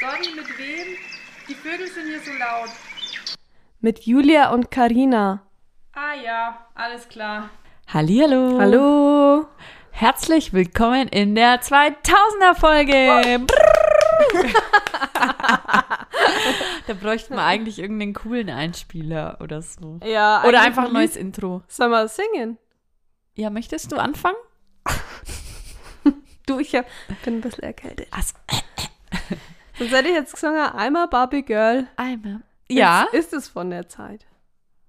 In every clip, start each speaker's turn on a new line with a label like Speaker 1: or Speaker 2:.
Speaker 1: Mami, mit wem? Die Vögel sind hier so laut.
Speaker 2: Mit Julia und Karina.
Speaker 1: Ah ja, alles klar.
Speaker 3: Hallihallo.
Speaker 2: Hallo.
Speaker 3: Herzlich willkommen in der 2000er Folge. da bräuchten wir eigentlich irgendeinen coolen Einspieler oder so.
Speaker 2: Ja,
Speaker 3: Oder einfach ein neues Intro.
Speaker 2: Sollen wir singen?
Speaker 3: Ja, möchtest du anfangen?
Speaker 2: Du, ich hab, bin ein bisschen erkältet.
Speaker 3: Was?
Speaker 2: Sonst hätte ich jetzt gesungen, einmal Barbie Girl.
Speaker 3: Einmal. Ja.
Speaker 2: Ist, ist es von der Zeit?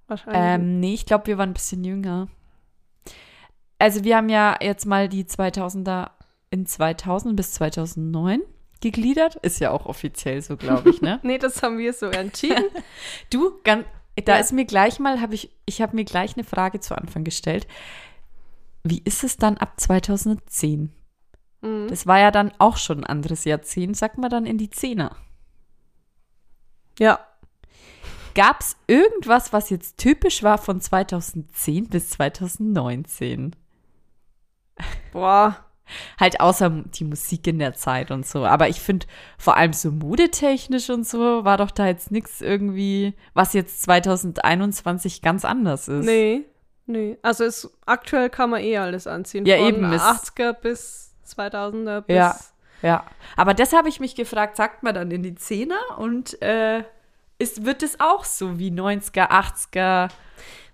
Speaker 2: Wahrscheinlich.
Speaker 3: Ähm, nee, ich glaube, wir waren ein bisschen jünger. Also wir haben ja jetzt mal die 2000er in 2000 bis 2009 gegliedert. Ist ja auch offiziell so, glaube ich, ne?
Speaker 2: nee, das haben wir so entschieden.
Speaker 3: Du, ganz, da
Speaker 2: Ja.
Speaker 3: ist mir gleich mal, habe ich, ich habe mir gleich eine Frage zu Anfang gestellt. Wie ist es dann ab 2010?
Speaker 2: Mhm.
Speaker 3: Das war ja dann auch schon ein anderes Jahrzehnt, sagt man dann in die Zehner.
Speaker 2: ja.
Speaker 3: Gab es irgendwas, was jetzt typisch war von 2010 bis 2019?
Speaker 2: Boah.
Speaker 3: Halt außer die Musik in der Zeit und so. Aber ich finde vor allem so modetechnisch und so war doch da jetzt nichts irgendwie, was jetzt 2021 ganz anders ist.
Speaker 2: Nee. Nee. Also es, aktuell kann man eh alles anziehen.
Speaker 3: Ja,
Speaker 2: von
Speaker 3: eben, es-
Speaker 2: 80er bis 2000er bis.
Speaker 3: Ja. Ja, aber das habe ich mich gefragt, sagt man dann in die Zehner und äh, ist, wird es auch so wie 90er, 80er?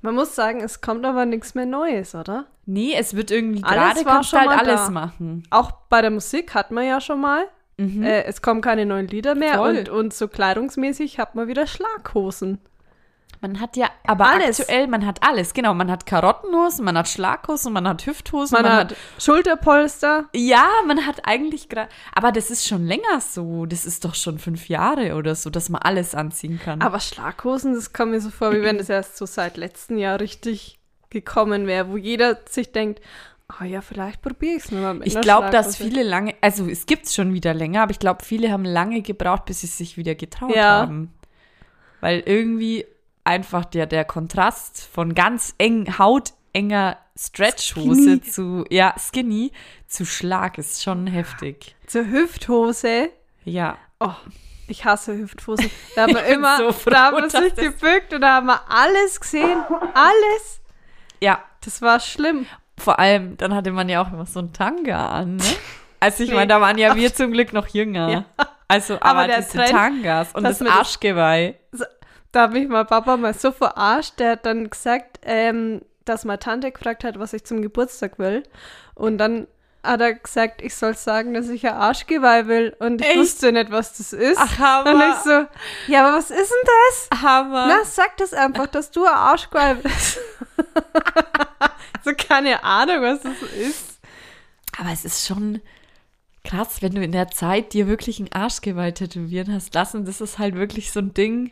Speaker 2: Man muss sagen, es kommt aber nichts mehr Neues, oder?
Speaker 3: Nee, es wird irgendwie
Speaker 2: Alles
Speaker 3: gerade
Speaker 2: war
Speaker 3: kannst du
Speaker 2: schon
Speaker 3: halt
Speaker 2: mal da.
Speaker 3: alles machen.
Speaker 2: Auch bei der Musik hat man ja schon mal. Äh, es kommen keine neuen Lieder mehr
Speaker 3: Mhm. Voll.
Speaker 2: und, und so kleidungsmäßig hat man wieder Schlaghosen.
Speaker 3: Man hat ja, aber
Speaker 2: Alles.
Speaker 3: aktuell, man hat alles, genau. Man hat Karottenhosen, man hat Schlaghosen, man hat Hüfthosen,
Speaker 2: Man, hat, Schulterpolster.
Speaker 3: Ja, man hat eigentlich gerade. Aber das ist schon länger so. Das ist doch schon fünf Jahre oder so, dass man alles anziehen kann.
Speaker 2: Aber Schlaghosen, das kommt mir so vor, wie wenn das erst so seit letztem Jahr richtig gekommen wäre, wo jeder sich denkt, ah ja, vielleicht probiere ich es mal mit
Speaker 3: Ich
Speaker 2: einer
Speaker 3: glaube, dass
Speaker 2: Schlaghose."
Speaker 3: viele lange, also es gibt es schon wieder länger, aber ich glaube, viele haben lange gebraucht, bis sie sich wieder getraut
Speaker 2: Ja.
Speaker 3: haben. Weil irgendwie einfach der, der Kontrast von ganz eng, hautenger Stretchhose
Speaker 2: Skinny.
Speaker 3: zu, ja, skinny, zu Schlag ist schon heftig.
Speaker 2: Zur Hüfthose.
Speaker 3: Ja.
Speaker 2: Oh, ich hasse Hüfthosen. Da haben wir
Speaker 3: bin
Speaker 2: immer,
Speaker 3: so froh,
Speaker 2: da haben wir
Speaker 3: dass
Speaker 2: sich
Speaker 3: das-
Speaker 2: gebückt und da haben wir alles gesehen. Alles.
Speaker 3: Ja.
Speaker 2: Das war schlimm.
Speaker 3: Vor allem, dann hatte man ja auch immer so einen Tanga an, ne? Also ich
Speaker 2: Nee.
Speaker 3: meine, da waren ja wir zum Glück noch jünger.
Speaker 2: Ja.
Speaker 3: Also, aber,
Speaker 2: Aber der
Speaker 3: diese
Speaker 2: Trend,
Speaker 3: Tangas und
Speaker 2: dass
Speaker 3: das
Speaker 2: man das-
Speaker 3: Arschgeweih.
Speaker 2: Da habe ich mein Papa mal so verarscht. Der hat dann gesagt, ähm, dass meine Tante gefragt hat, was ich zum Geburtstag will. Und dann hat er gesagt, ich soll sagen, dass ich ein Arschgeweih will. Und ich
Speaker 3: Echt?
Speaker 2: wusste nicht, was das ist.
Speaker 3: Ach, Hammer.
Speaker 2: Und ich so, ja, aber was ist denn das?
Speaker 3: Hammer.
Speaker 2: Na, sag das einfach, dass du ein Arschgeweih bist. so keine Ahnung, was das ist.
Speaker 3: Aber es ist schon krass, wenn du in der Zeit dir wirklich einen Arschgeweih tätowieren hast lassen. Das ist halt wirklich so ein Ding.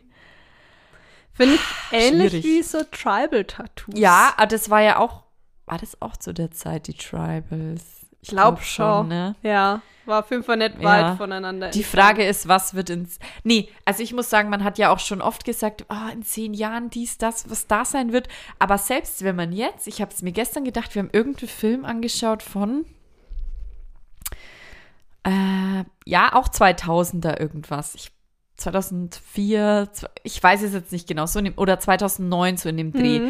Speaker 2: Finde ich ähnlich
Speaker 3: Schwierig.
Speaker 2: wie so Tribal-Tattoos.
Speaker 3: Ja, aber das war ja auch, war das auch zu der Zeit, die Tribals? Ich
Speaker 2: Glaub
Speaker 3: glaub
Speaker 2: schon.
Speaker 3: ne?
Speaker 2: Ja, war auf jeden Fall nicht
Speaker 3: Ja.
Speaker 2: weit voneinander.
Speaker 3: Die Frage ist, was wird ins. Nee, also ich muss sagen, man hat ja auch schon oft gesagt, oh, in zehn Jahren dies, das, was da sein wird. Aber selbst wenn man jetzt, ich habe es mir gestern gedacht, wir haben irgendeinen Film angeschaut von. Äh, ja, auch 2000er irgendwas. Ich, 2004, zw- ich weiß es jetzt nicht genau, so in dem, oder 2009 so in dem Dreh.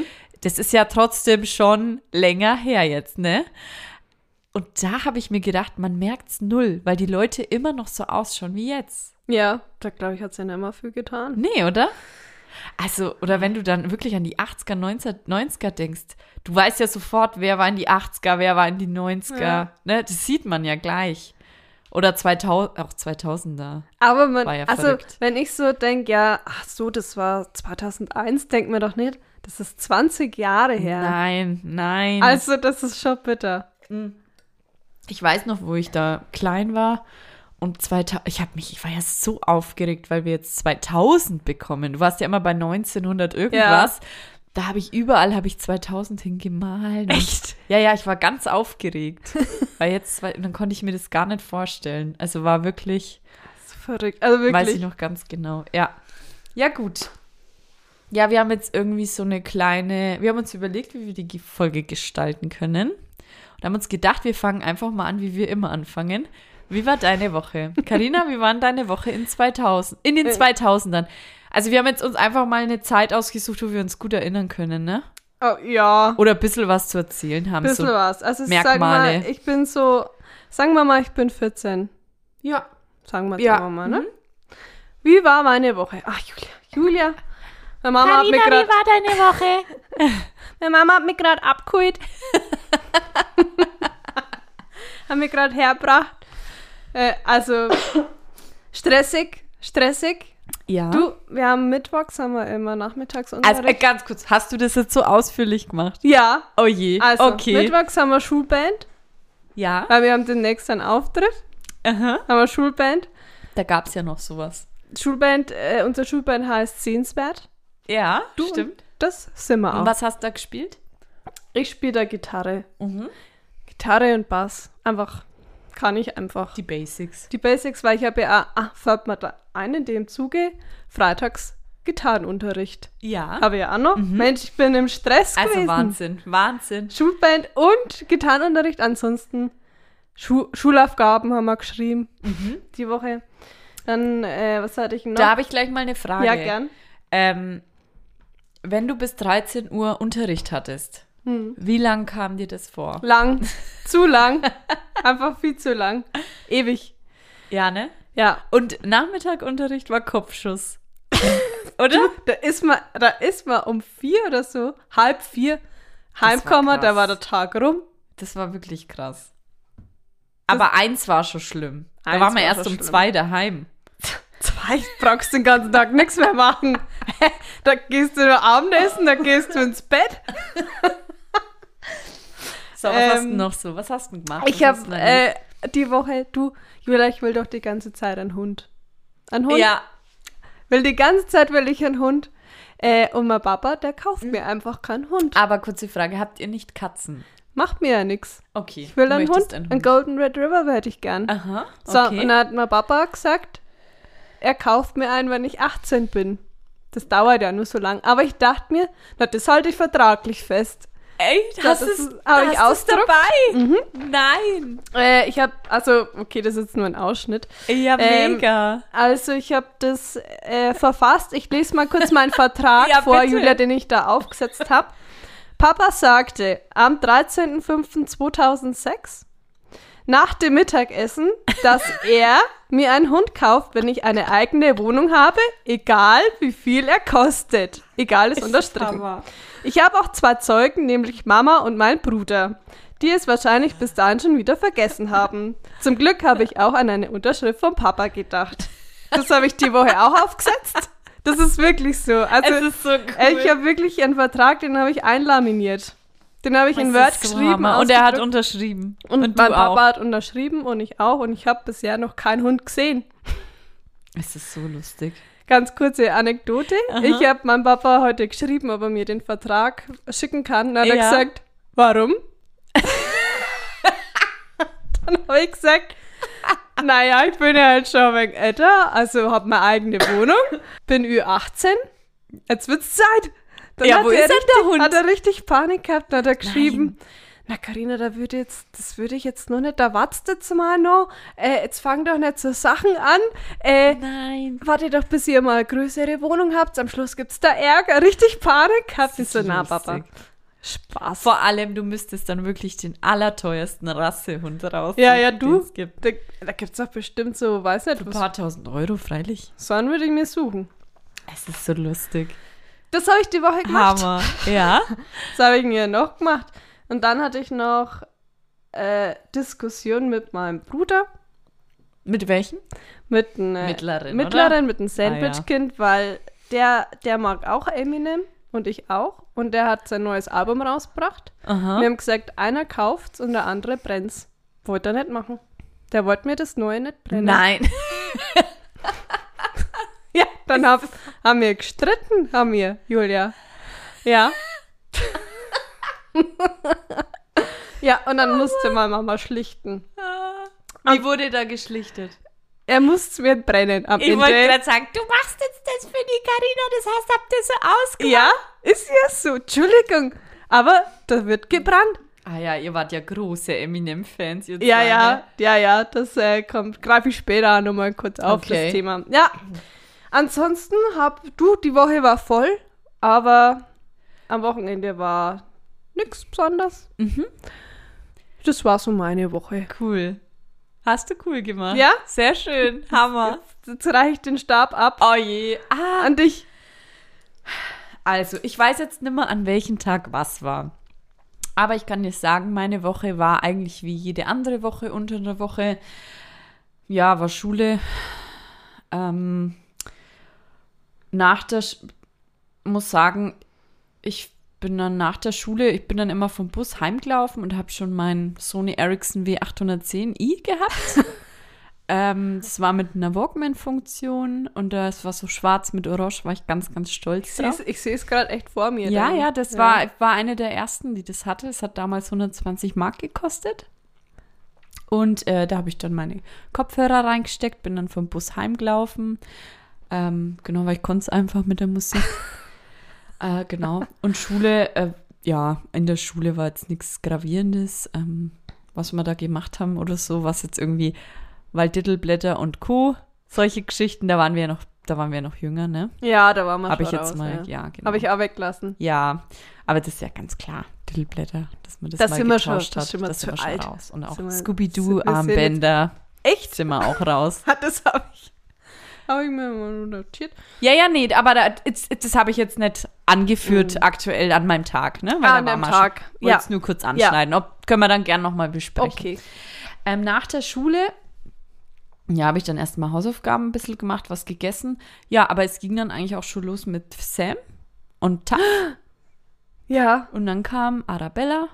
Speaker 3: Das ist ja trotzdem schon länger her jetzt, ne? Und da habe ich mir gedacht, man merkt's null, weil die Leute immer noch so ausschauen wie jetzt.
Speaker 2: Ja, da glaube ich, hat sie ja nicht immer viel getan.
Speaker 3: Nee, oder? Also, oder wenn du dann wirklich an die 80er, 90er, 90er denkst, du weißt ja sofort, wer war in die 80er, wer war in die 90er.
Speaker 2: Ja.
Speaker 3: Ne? Das sieht man ja gleich. Oder 2000, auch 2000er.
Speaker 2: Aber man,
Speaker 3: War ja
Speaker 2: also
Speaker 3: verrückt.
Speaker 2: wenn ich so denke, ja, ach so, das war 2001, denkt mir doch nicht, das ist 20 Jahre her.
Speaker 3: Nein, nein.
Speaker 2: Also das ist schon bitter.
Speaker 3: Hm. ich weiß noch, wo ich da klein war und 2000, ich habe mich, ich war ja so aufgeregt, weil wir jetzt 2000 bekommen. Du warst ja immer bei 1900 irgendwas. Da habe ich überall habe ich 2000 hingemalt. Echt? Ja, ja, ich war ganz aufgeregt, weil jetzt zwei- dann konnte ich mir das gar nicht vorstellen. Also war wirklich,
Speaker 2: Das ist verrückt. Also wirklich.
Speaker 3: weiß ich noch ganz genau. Ja. Ja, gut. Ja, wir haben jetzt irgendwie so eine kleine, wir haben uns überlegt, wie wir die Ge- Folge gestalten können. Und haben uns gedacht, wir fangen einfach mal an, wie wir immer anfangen. Wie war deine Woche? Karina, wie war deine Woche in 2000? In
Speaker 2: Äh.
Speaker 3: den 2000ern. Also wir haben jetzt uns einfach mal eine Zeit ausgesucht, wo wir uns gut erinnern können, ne?
Speaker 2: Oh, ja,
Speaker 3: Oder ein bisschen was zu erzählen haben.
Speaker 2: bisschen
Speaker 3: so.
Speaker 2: was. Also sagen wir
Speaker 3: Merkmale.
Speaker 2: mal, ich bin so, sagen wir mal, ich bin 14.
Speaker 3: Ja.
Speaker 2: Sagen wir jetzt
Speaker 3: Ja. mhm.
Speaker 2: einfach mal, ne? Wie war meine Woche? Ach, Julia, Julia. Meine Mama hat mich gerade
Speaker 3: war deine Woche?
Speaker 2: Meine Mama hat mich gerade abgeholt. hat mich gerade hergebracht. Äh, also stressig, stressig.
Speaker 3: Ja.
Speaker 2: Du, wir haben mittwochs, haben wir immer
Speaker 3: also äh,
Speaker 2: Nachmittagsunterricht.
Speaker 3: ganz kurz, hast du das jetzt so ausführlich gemacht?
Speaker 2: ja,
Speaker 3: Oh je.
Speaker 2: also
Speaker 3: okay.
Speaker 2: mittwochs haben wir Schulband,
Speaker 3: Ja.
Speaker 2: weil wir haben demnächst einen Auftritt.
Speaker 3: Aha.
Speaker 2: Haben wir Schulband.
Speaker 3: Da gab es ja noch sowas.
Speaker 2: Schulband, äh, unser Schulband heißt Sehenswert.
Speaker 3: Ja,
Speaker 2: Du,
Speaker 3: stimmt.
Speaker 2: Das sind wir
Speaker 3: Und
Speaker 2: auch.
Speaker 3: was hast du da gespielt?
Speaker 2: Ich spiele da Gitarre.
Speaker 3: Mhm.
Speaker 2: Gitarre und Bass. Einfach, kann ich einfach.
Speaker 3: Die Basics.
Speaker 2: Die Basics, weil ich habe ja, auch- ah, fällt mir da ein, in dem Zuge, freitags Gitarrenunterricht.
Speaker 3: Ja.
Speaker 2: Habe ich ja auch noch. Mensch, ich bin im Stress
Speaker 3: Mhm. Also
Speaker 2: gewesen.
Speaker 3: Wahnsinn, Wahnsinn.
Speaker 2: Schulband und Gitarrenunterricht, ansonsten Schu Schulaufgaben haben wir geschrieben
Speaker 3: Mhm.
Speaker 2: die Woche. Dann, äh, was hatte ich noch?
Speaker 3: Da habe ich gleich mal eine Frage.
Speaker 2: ja, gern.
Speaker 3: Ähm, wenn du bis 13 Uhr Unterricht hattest, wie lang kam dir das vor?
Speaker 2: Hm. Lang. zu lang. Einfach viel zu lang. Ewig.
Speaker 3: Ja, ne?
Speaker 2: Ja.
Speaker 3: Und Nachmittagunterricht war Kopfschuss. Oder?
Speaker 2: Da ist man, da ist man um vier oder so, halb vier, heimkommen, da
Speaker 3: krass.
Speaker 2: war der Tag rum.
Speaker 3: Das war wirklich krass. Aber eins war schon schlimm. Da
Speaker 2: Eins
Speaker 3: waren wir
Speaker 2: war
Speaker 3: erst
Speaker 2: schon
Speaker 3: um
Speaker 2: schlimm.
Speaker 3: zwei daheim.
Speaker 2: Zwei brauchst den ganzen Tag nichts mehr machen. da gehst du nur Abendessen, da gehst du ins Bett.
Speaker 3: So, was hast du
Speaker 2: Ähm,
Speaker 3: noch so? Was hast du gemacht?
Speaker 2: Ich
Speaker 3: Was hast
Speaker 2: habe
Speaker 3: du denn-
Speaker 2: äh, die Woche, du, Julia, ich will doch die ganze Zeit einen Hund. Ein äh, Hund?
Speaker 3: ja,
Speaker 2: Will die ganze Zeit will ich einen Hund. Äh, und mein Papa, der kauft mir einfach keinen Hund.
Speaker 3: aber kurze Frage, habt ihr nicht Katzen?
Speaker 2: Macht mir ja nichts.
Speaker 3: Okay.
Speaker 2: Ich will
Speaker 3: du
Speaker 2: einen
Speaker 3: möchtest
Speaker 2: Hund. einen Golden Red River hätte ich gern.
Speaker 3: Aha,
Speaker 2: So,
Speaker 3: okay.
Speaker 2: und dann hat mein Papa gesagt, er kauft mir einen, wenn ich 18 bin. Das dauert ja nur so lang. Aber ich dachte mir, na, das halte ich vertraglich fest.
Speaker 3: Echt?
Speaker 2: Ja,
Speaker 3: Hast
Speaker 2: das
Speaker 3: du's-
Speaker 2: ist- hab ich Mhm.
Speaker 3: hast du's
Speaker 2: ausgedruckt.
Speaker 3: dabei? Nein.
Speaker 2: Äh, ich habe, also, okay, das ist jetzt nur ein Ausschnitt.
Speaker 3: Ja,
Speaker 2: Ähm,
Speaker 3: mega.
Speaker 2: Also, ich habe das äh, verfasst. Ich lese mal kurz meinen Vertrag
Speaker 3: Ja,
Speaker 2: vor,
Speaker 3: bitte.
Speaker 2: Julia, den ich da aufgesetzt habe. Papa sagte am 13.05.2006 nach dem Mittagessen, dass er mir einen Hund kauft, wenn ich eine eigene Wohnung habe, egal wie viel er kostet. Egal ist unterstrichen.
Speaker 1: Hammer.
Speaker 2: Ich habe auch zwei Zeugen, nämlich Mama und mein Bruder, die es wahrscheinlich bis dahin schon wieder vergessen haben. Zum Glück habe ich auch an eine Unterschrift von Papa gedacht. Das habe ich die Woche auch aufgesetzt. Das ist wirklich so. Also,
Speaker 3: Es ist so cool.
Speaker 2: äh, ich habe wirklich einen Vertrag, den habe ich einlaminiert. Den habe ich in
Speaker 3: Das
Speaker 2: Word
Speaker 3: ist so
Speaker 2: geschrieben.
Speaker 3: Hammer. Und er hat
Speaker 2: ausgedruckt
Speaker 3: unterschrieben.
Speaker 2: und,
Speaker 3: du
Speaker 2: mein Papa
Speaker 3: auch.
Speaker 2: hat unterschrieben und ich auch. Und ich habe bisher noch keinen Hund gesehen.
Speaker 3: Es ist so lustig.
Speaker 2: Ganz kurze Anekdote. Ich habe meinem Papa heute geschrieben, ob er mir den Vertrag schicken kann. Dann hat
Speaker 3: Ja.
Speaker 2: er gesagt, warum? Dann habe ich gesagt, naja, ich bin ja halt schon ein wenig älter, also habe meine eigene Wohnung, bin Ü18, jetzt wird's Zeit. Dann
Speaker 3: Ja,
Speaker 2: hat
Speaker 3: wo
Speaker 2: er
Speaker 3: ist denn
Speaker 2: richtig,
Speaker 3: der Hund?
Speaker 2: Hat er richtig Panik gehabt, dann hat er geschrieben, na Karina, da würde jetzt, das würde ich jetzt noch nicht, da wartest jetzt mal noch, äh, jetzt fang doch nicht so Sachen an, äh,
Speaker 3: Nein.
Speaker 2: Warte doch, bis ihr mal eine größere Wohnung habt. Am Schluss gibt's da Ärger. Richtig Panik. Habt ihr
Speaker 3: ist
Speaker 2: so, na,
Speaker 3: lustig.
Speaker 2: Papa. Spaß.
Speaker 3: Vor allem, du müsstest dann wirklich den allerteuersten Rassehund raus.
Speaker 2: ja, ja, du.
Speaker 3: Es gibt.
Speaker 2: Da, da gibt's doch bestimmt so, weiß nicht,
Speaker 3: Ein
Speaker 2: was.
Speaker 3: paar tausend Euro, freilich.
Speaker 2: So einen würde ich mir suchen.
Speaker 3: Es ist so lustig.
Speaker 2: Das habe ich die Woche gemacht.
Speaker 3: Hammer. Ja.
Speaker 2: Das habe ich mir noch gemacht. Und dann hatte ich noch äh, Diskussion mit meinem Bruder.
Speaker 3: Mit welchen?
Speaker 2: Mit einer
Speaker 3: Mittlerin,
Speaker 2: Mittlerin Ah,
Speaker 3: oder?
Speaker 2: mit einem Sandwich-Kind, weil der, der mag auch Eminem und ich auch. Und der hat sein neues Album rausgebracht.
Speaker 3: Aha.
Speaker 2: Wir haben gesagt, einer kauft's und der andere brennt's. Wollte er nicht machen. Der wollte mir das neue nicht brennen.
Speaker 3: Nein.
Speaker 2: Ja, dann hab, haben wir gestritten, haben wir, Julia. Ja. ja, und dann musste meine Mama schlichten.
Speaker 3: Wie wurde da geschlichtet?
Speaker 2: Er musste mir brennen am
Speaker 3: Ich wollte
Speaker 2: Ende.
Speaker 3: gerade sagen, du machst jetzt das für die Karina, das heißt, habt ihr so ausgemacht.
Speaker 2: Ja, ist ja so. Entschuldigung. Aber da wird gebrannt.
Speaker 3: Ah ja, ihr wart ja große Eminem-Fans. ihr
Speaker 2: Ja,
Speaker 3: zwei,
Speaker 2: ja,
Speaker 3: ne?
Speaker 2: ja, ja, das äh, kommt, greife ich später nochmal kurz auf
Speaker 3: Okay.
Speaker 2: das Thema. Ja, ansonsten hab du, die Woche war voll, aber am Wochenende war nichts Besonderes.
Speaker 3: Mhm.
Speaker 2: Das war so meine Woche.
Speaker 3: Cool. Hast du cool gemacht.
Speaker 2: Ja?
Speaker 3: Ah, Sehr schön. Hammer.
Speaker 2: Jetzt reiche ich den Stab ab
Speaker 3: Oh je. Ah,
Speaker 2: an dich.
Speaker 3: Also, ich weiß jetzt nicht mehr, an welchem Tag was war. Aber ich kann dir sagen, meine Woche war eigentlich wie jede andere Woche unter der Woche. Ja, war Schule. Ähm, nach der, Sch muss sagen, ich bin dann nach der Schule, ich bin dann immer vom Bus heimgelaufen und habe schon meinen Sony Ericsson W810i gehabt. ähm, das war mit einer Walkman-Funktion und das war so schwarz mit orange, war ich ganz, ganz stolz drauf.
Speaker 2: Ich sehe es gerade echt vor mir.
Speaker 3: Ja,
Speaker 2: dann.
Speaker 3: ja, das War, war eine der ersten, die das hatte. Es hat damals 120 Mark gekostet. Und äh, da habe ich dann meine Kopfhörer reingesteckt, bin dann vom Bus heimgelaufen. Ähm, genau, weil ich konnte es einfach mit der Musik. äh, genau. Und Schule, äh, ja, in der Schule war jetzt nichts Gravierendes, ähm, was wir da gemacht haben oder so, was jetzt irgendwie Walddittelblätter und Co. Solche Geschichten, da waren wir ja noch, da waren wir noch jünger, ne?
Speaker 2: Ja, da war man
Speaker 3: Habe
Speaker 2: schon
Speaker 3: ich jetzt
Speaker 2: raus,
Speaker 3: mal,
Speaker 2: Ja.
Speaker 3: ja, genau.
Speaker 2: Habe ich auch weggelassen.
Speaker 3: Ja, aber das ist ja ganz klar, Diddleblätter, dass man das,
Speaker 2: Das
Speaker 3: mal
Speaker 2: sind wir schon-
Speaker 3: getauscht
Speaker 2: das
Speaker 3: hat.
Speaker 2: sind wir
Speaker 3: das
Speaker 2: zu
Speaker 3: sind wir schon
Speaker 2: alt.
Speaker 3: raus. Und auch
Speaker 2: Sind wir- sind wir-
Speaker 3: Scooby-Doo-Armbänder
Speaker 2: Echt?
Speaker 3: sind wir auch raus.
Speaker 2: Das habe ich, hab ich mir mal notiert.
Speaker 3: Ja, ja, nee, aber da, jetzt- jetzt- das habe ich jetzt nicht angeführt aktuell an meinem Tag, ne?
Speaker 2: Ah,
Speaker 3: da
Speaker 2: Mhm. an
Speaker 3: war
Speaker 2: deinem
Speaker 3: mal
Speaker 2: Tag.
Speaker 3: Schon, ja.
Speaker 2: Ja.
Speaker 3: nur kurz anschneiden. Ob, können wir dann gern nochmal besprechen.
Speaker 2: Okay.
Speaker 3: Ähm, nach der Schule, ja, habe ich dann erstmal Hausaufgaben ein bisschen gemacht, was gegessen. Ja, aber es ging dann eigentlich auch schon los mit Sam und Tag.
Speaker 2: Ja,
Speaker 3: Und dann kam Arabella,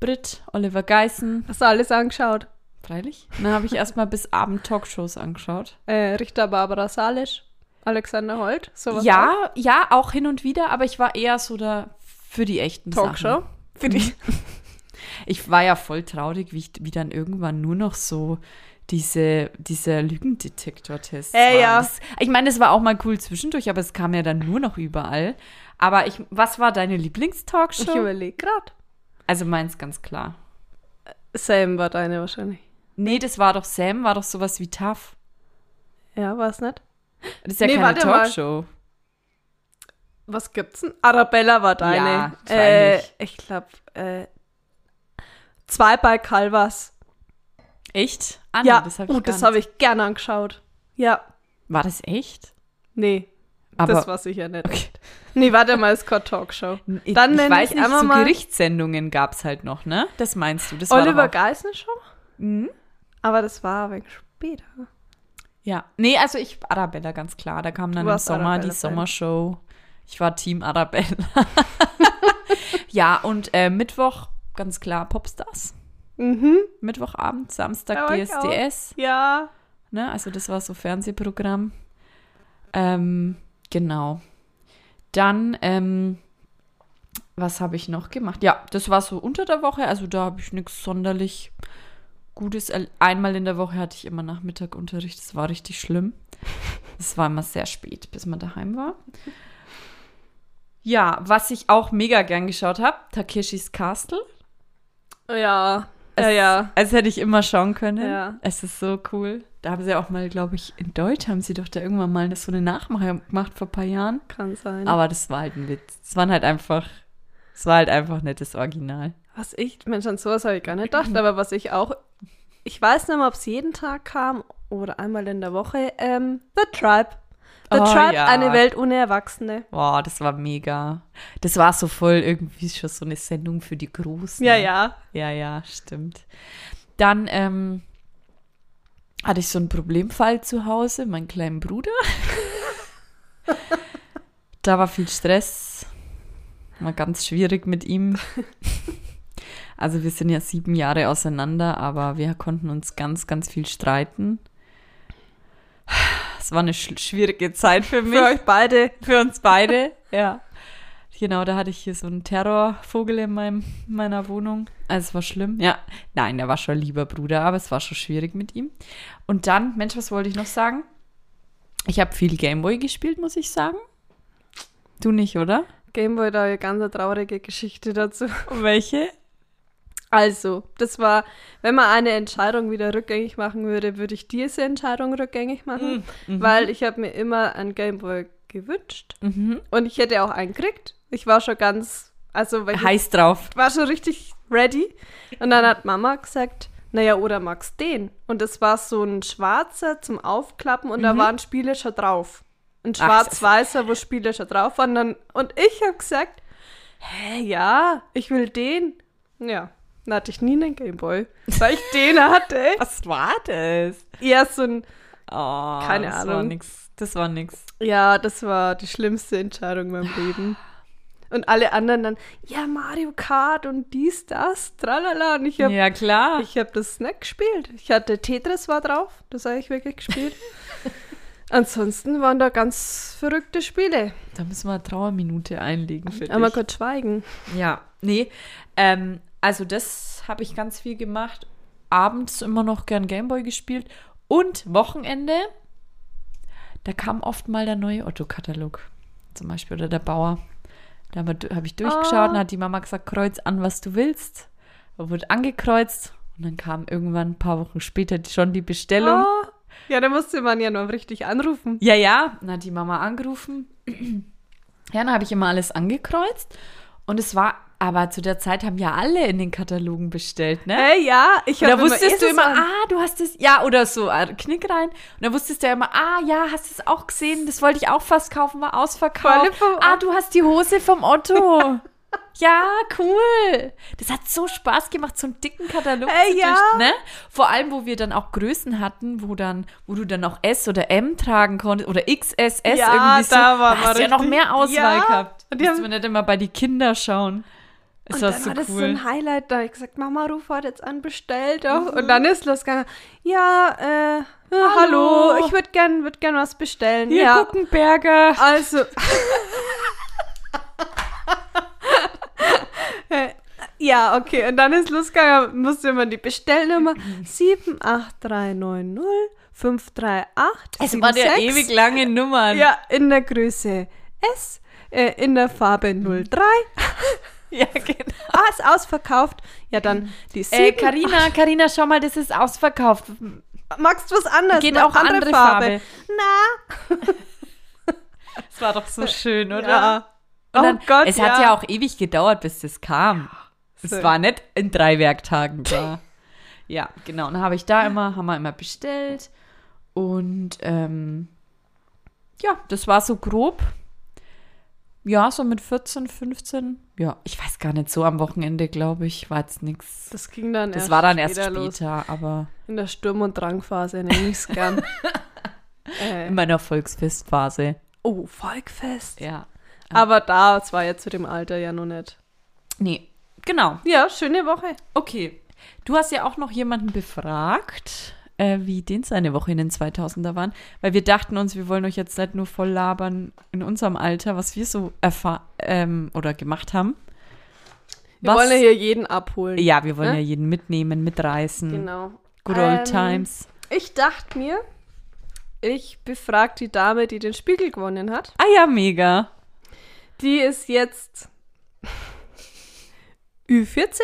Speaker 3: Britt, Oliver Geissen,
Speaker 2: hast du alles angeschaut?
Speaker 3: freilich. Und dann habe ich erstmal bis Abend Talkshows angeschaut.
Speaker 2: Äh, Richter Barbara Salisch, Alexander Holt, sowas.
Speaker 3: ja, ja, auch hin und wieder, aber ich war eher so da für die echten
Speaker 2: auch? Talkshow.
Speaker 3: Sachen.
Speaker 2: Für dich.
Speaker 3: Ich war ja voll traurig, wie, ich, wie dann irgendwann nur noch so diese, dieser Lügendetektor-Test.
Speaker 2: Äh,
Speaker 3: war.
Speaker 2: ja.
Speaker 3: Das, ich meine, das war auch mal cool zwischendurch, aber es kam ja dann nur noch überall. Aber ich, was war deine
Speaker 2: Ich
Speaker 3: Lieblingstalkshow?
Speaker 2: überlege gerade.
Speaker 3: Also meins ganz klar.
Speaker 2: Sam war deine wahrscheinlich.
Speaker 3: Nee, das war doch Sam, war doch sowas wie Tough.
Speaker 2: Ja, war es nicht?
Speaker 3: Das ist ja
Speaker 2: Nee,
Speaker 3: keine
Speaker 2: warte mal.
Speaker 3: Talkshow.
Speaker 2: Was gibt's denn? Arabella war deine.
Speaker 3: Ja,
Speaker 2: äh,
Speaker 3: wahrscheinlich.
Speaker 2: ich glaube, äh, zwei bei Calvas.
Speaker 3: Echt? Ah, nee,
Speaker 2: ja,
Speaker 3: das
Speaker 2: das
Speaker 3: hab
Speaker 2: habe
Speaker 3: ich
Speaker 2: ich,
Speaker 3: gar
Speaker 2: das
Speaker 3: nicht.
Speaker 2: hab ich gerne angeschaut. Ja,
Speaker 3: War das echt?
Speaker 2: nee,
Speaker 3: Aber
Speaker 2: das war sicher nicht. Nee, warte mal, es ist keine Talkshow.
Speaker 3: ich,
Speaker 2: Dann
Speaker 3: ich
Speaker 2: nenn
Speaker 3: weiß
Speaker 2: ich
Speaker 3: nicht,
Speaker 2: einmal
Speaker 3: so
Speaker 2: mal-
Speaker 3: Gerichtssendungen gab es halt noch, ne? Das meinst du? Das war
Speaker 2: Oliver
Speaker 3: doch auch-
Speaker 2: Geisen schon?
Speaker 3: Mhm.
Speaker 2: Aber das war ein wenig später.
Speaker 3: Ja. Nee, also ich, Arabella ganz klar. Da kam dann im
Speaker 2: warst
Speaker 3: Sommer die
Speaker 2: Arabella-Fan.
Speaker 3: Sommershow. Ich war Team Arabella. ja, und äh, Mittwoch ganz klar Popstars.
Speaker 2: Mhm.
Speaker 3: Mittwochabend,
Speaker 2: Da
Speaker 3: Samstag
Speaker 2: war ich auch.
Speaker 3: DSDS.
Speaker 2: Ja.
Speaker 3: Ne? Also das war so Fernsehprogramm. Ähm, genau. Dann, ähm, was habe ich noch gemacht? Ja, das war so unter der Woche, also da habe ich nichts sonderlich Gutes. erl- Einmal in der Woche hatte ich immer Nachmittagunterricht, das war richtig schlimm. Es war immer sehr spät, bis man daheim war. Ja, was ich auch mega gern geschaut habe, Takeshis Castle.
Speaker 2: Ja.
Speaker 3: Es,
Speaker 2: Ja, ja.
Speaker 3: Als hätte ich immer schauen können.
Speaker 2: Ja.
Speaker 3: Es ist so cool. Da haben sie auch mal, glaube ich, in Deutsch haben sie doch da irgendwann mal so eine Nachmache gemacht vor ein paar Jahren.
Speaker 2: Kann sein.
Speaker 3: Aber das war halt ein Witz. Es waren halt einfach, es war halt einfach nicht das Original.
Speaker 2: Was ich, Mensch, an sowas habe ich gar nicht
Speaker 3: Mhm.
Speaker 2: gedacht, aber was ich auch, ich weiß nicht mehr, ob es jeden Tag kam oder einmal in der Woche, ähm, The Tribe. The
Speaker 3: Oh,
Speaker 2: Tribe,
Speaker 3: ja.
Speaker 2: eine Welt ohne Erwachsene.
Speaker 3: Boah, das war mega. Das war so voll irgendwie schon so eine Sendung für die Großen.
Speaker 2: Ja, ja.
Speaker 3: Ja, ja, stimmt. Dann ähm, hatte ich so einen Problemfall zu Hause, meinen kleinen Bruder. da war viel Stress. War ganz schwierig mit ihm. Also wir sind ja sieben Jahre auseinander, aber wir konnten uns ganz, ganz viel streiten. Es war eine sch schwierige Zeit für mich.
Speaker 2: Für euch beide.
Speaker 3: Für uns beide, ja. Genau, da hatte ich hier so einen Terrorvogel in meinem, meiner Wohnung. Also es war schlimm. Ja, nein, der war schon ein lieber Bruder, aber es war schon schwierig mit ihm. Und dann, Mensch, was wollte ich noch sagen? Ich habe viel Gameboy gespielt, muss ich sagen. Du nicht, oder?
Speaker 2: Gameboy, da eine ganz traurige Geschichte dazu.
Speaker 3: Welche?
Speaker 2: Also, das war, wenn man eine Entscheidung wieder rückgängig machen würde, würde ich diese Entscheidung rückgängig machen,
Speaker 3: Mm,
Speaker 2: weil ich habe mir immer einen Gameboy gewünscht
Speaker 3: Mhm.
Speaker 2: und ich hätte auch einen gekriegt. Ich war schon ganz, also weil ich
Speaker 3: Heiß drauf.
Speaker 2: war schon richtig ready und dann hat Mama gesagt, naja, oder magst den? Und das war so ein schwarzer zum Aufklappen und da waren Spiele schon drauf. Ein
Speaker 3: Ach, das-
Speaker 2: schwarz-weißer, wo Spiele schon drauf waren. Dann, und ich habe gesagt, hä, ja, ich will den. Ja, dann hatte ich nie einen Gameboy, weil ich den hatte.
Speaker 3: Was war das?
Speaker 2: Ja, so ein,
Speaker 3: Oh,
Speaker 2: Keine
Speaker 3: das War
Speaker 2: Ahnung.
Speaker 3: nix. Das war nix.
Speaker 2: ja, das war die schlimmste Entscheidung in meinem Leben. Und alle anderen dann, ja, Mario Kart und dies, das, tralala. Und ich habe
Speaker 3: Ja, klar.
Speaker 2: Ich habe das nicht gespielt. Ich hatte Tetris war drauf, das habe ich wirklich gespielt. Ansonsten waren da ganz verrückte Spiele.
Speaker 3: da müssen wir eine Trauerminute einlegen für
Speaker 2: Aber
Speaker 3: dich.
Speaker 2: Gott schweigen.
Speaker 3: Ja, nee. Ähm, also das habe ich ganz viel gemacht. Abends immer noch gern Gameboy gespielt. Und Wochenende, da kam oft mal der neue Otto-Katalog. Zum Beispiel oder der Bauer. Da habe hab ich durchgeschaut und hat die Mama gesagt, kreuz an, was du willst. Da wurde angekreuzt. Und dann kam irgendwann ein paar Wochen später schon die Bestellung.
Speaker 2: Oh, ja, da musste man ja nur richtig anrufen.
Speaker 3: Ja, ja, dann hat die Mama angerufen. Ja, dann habe ich immer alles angekreuzt. Und es war, aber zu der Zeit haben ja alle in den Katalogen bestellt, ne?
Speaker 2: Hey, ja, ich
Speaker 3: Und
Speaker 2: habe
Speaker 3: da wusstest du immer,
Speaker 2: Eselsand.
Speaker 3: ah, du hast es, ja, oder so, ah, Knick rein. Und da wusstest du ja immer, ah, ja, hast es auch gesehen, das wollte ich auch fast kaufen, war
Speaker 2: Volle
Speaker 3: ausverkauft.
Speaker 2: vom
Speaker 3: Ah, du hast die Hose vom Otto. ja, cool. Das hat so Spaß gemacht, so einen dicken Katalog
Speaker 2: Ey,
Speaker 3: zu
Speaker 2: Äh, ja.
Speaker 3: tischen, ne? Vor allem, wo wir dann auch Größen hatten, wo dann, wo du dann auch S oder M tragen konntest oder XSS
Speaker 2: Ja,
Speaker 3: irgendwie so.
Speaker 2: da war man
Speaker 3: hast du ja noch
Speaker 2: richtig-
Speaker 3: mehr Auswahl
Speaker 2: Ja.
Speaker 3: gehabt.
Speaker 2: Und
Speaker 3: Und
Speaker 2: die
Speaker 3: die
Speaker 2: haben-
Speaker 3: musst man nicht immer bei die Kinder schauen. Das
Speaker 2: Und
Speaker 3: war
Speaker 2: dann
Speaker 3: so
Speaker 2: war das
Speaker 3: cool.
Speaker 2: so ein Highlight, da habe ich gesagt, Mama, ruf heute jetzt an, bestell doch. Und dann ist losgegangen, ja, äh, äh, hallo.
Speaker 3: Mhm. Hallo.
Speaker 2: ich würde gern, würd gern was bestellen.
Speaker 3: Hier,
Speaker 2: ja,
Speaker 3: Guckenberger.
Speaker 2: Also. Äh, ja, okay. Und dann ist losgegangen, musste man die Bestellnummer 78390 538.
Speaker 3: Es war der
Speaker 2: 76.
Speaker 3: ewig lange Nummern.
Speaker 2: Ja, in der Größe S, äh, in der Farbe 03.
Speaker 3: ja genau.
Speaker 2: Ah, ist ausverkauft. Ja, dann die 7.
Speaker 3: Äh, Carina, Carina, schau mal, das ist ausverkauft.
Speaker 2: magst du was anderes?
Speaker 3: Geht
Speaker 2: Mach
Speaker 3: auch andere Farbe.
Speaker 2: Na,
Speaker 3: Das war doch so schön, oder?
Speaker 2: ja.
Speaker 3: Und dann,
Speaker 2: oh Gott,
Speaker 3: es hat ja auch ewig gedauert, bis das kam. Es
Speaker 2: So.
Speaker 3: war nicht in drei Werktagen da. ja, genau. Und dann habe ich da immer, haben wir immer bestellt. Und ähm, ja, das war so grob. Ja, so mit 14, 15. Ja, ich weiß gar nicht, so am Wochenende, glaube ich, war jetzt nichts.
Speaker 2: Das ging dann
Speaker 3: Das
Speaker 2: erst
Speaker 3: war dann erst
Speaker 2: später
Speaker 3: später,
Speaker 2: los.
Speaker 3: aber
Speaker 2: In der Sturm- und Drangphase nehme ich es gern. äh,
Speaker 3: in meiner Volksfestphase.
Speaker 2: oh, Volkfest.
Speaker 3: Ja.
Speaker 2: Aber da, es war ja zu dem Alter ja noch nicht.
Speaker 3: Nee, genau.
Speaker 2: Ja, schöne Woche.
Speaker 3: Okay. Du hast ja auch noch jemanden befragt, äh, wie den seine Woche in den 2000er waren, weil wir dachten uns, wir wollen euch jetzt nicht nur voll labern in unserem Alter, was wir so erfahren ähm, oder gemacht haben.
Speaker 2: Wir wollen ja hier jeden abholen.
Speaker 3: ja, wir wollen
Speaker 2: ne?
Speaker 3: ja jeden mitnehmen, mitreißen.
Speaker 2: Genau.
Speaker 3: Good old
Speaker 2: Ähm,
Speaker 3: times.
Speaker 2: Ich dachte mir, ich befrag die Dame, die den Spiegel gewonnen hat.
Speaker 3: Ah ja, mega.
Speaker 2: Die ist jetzt Ü40.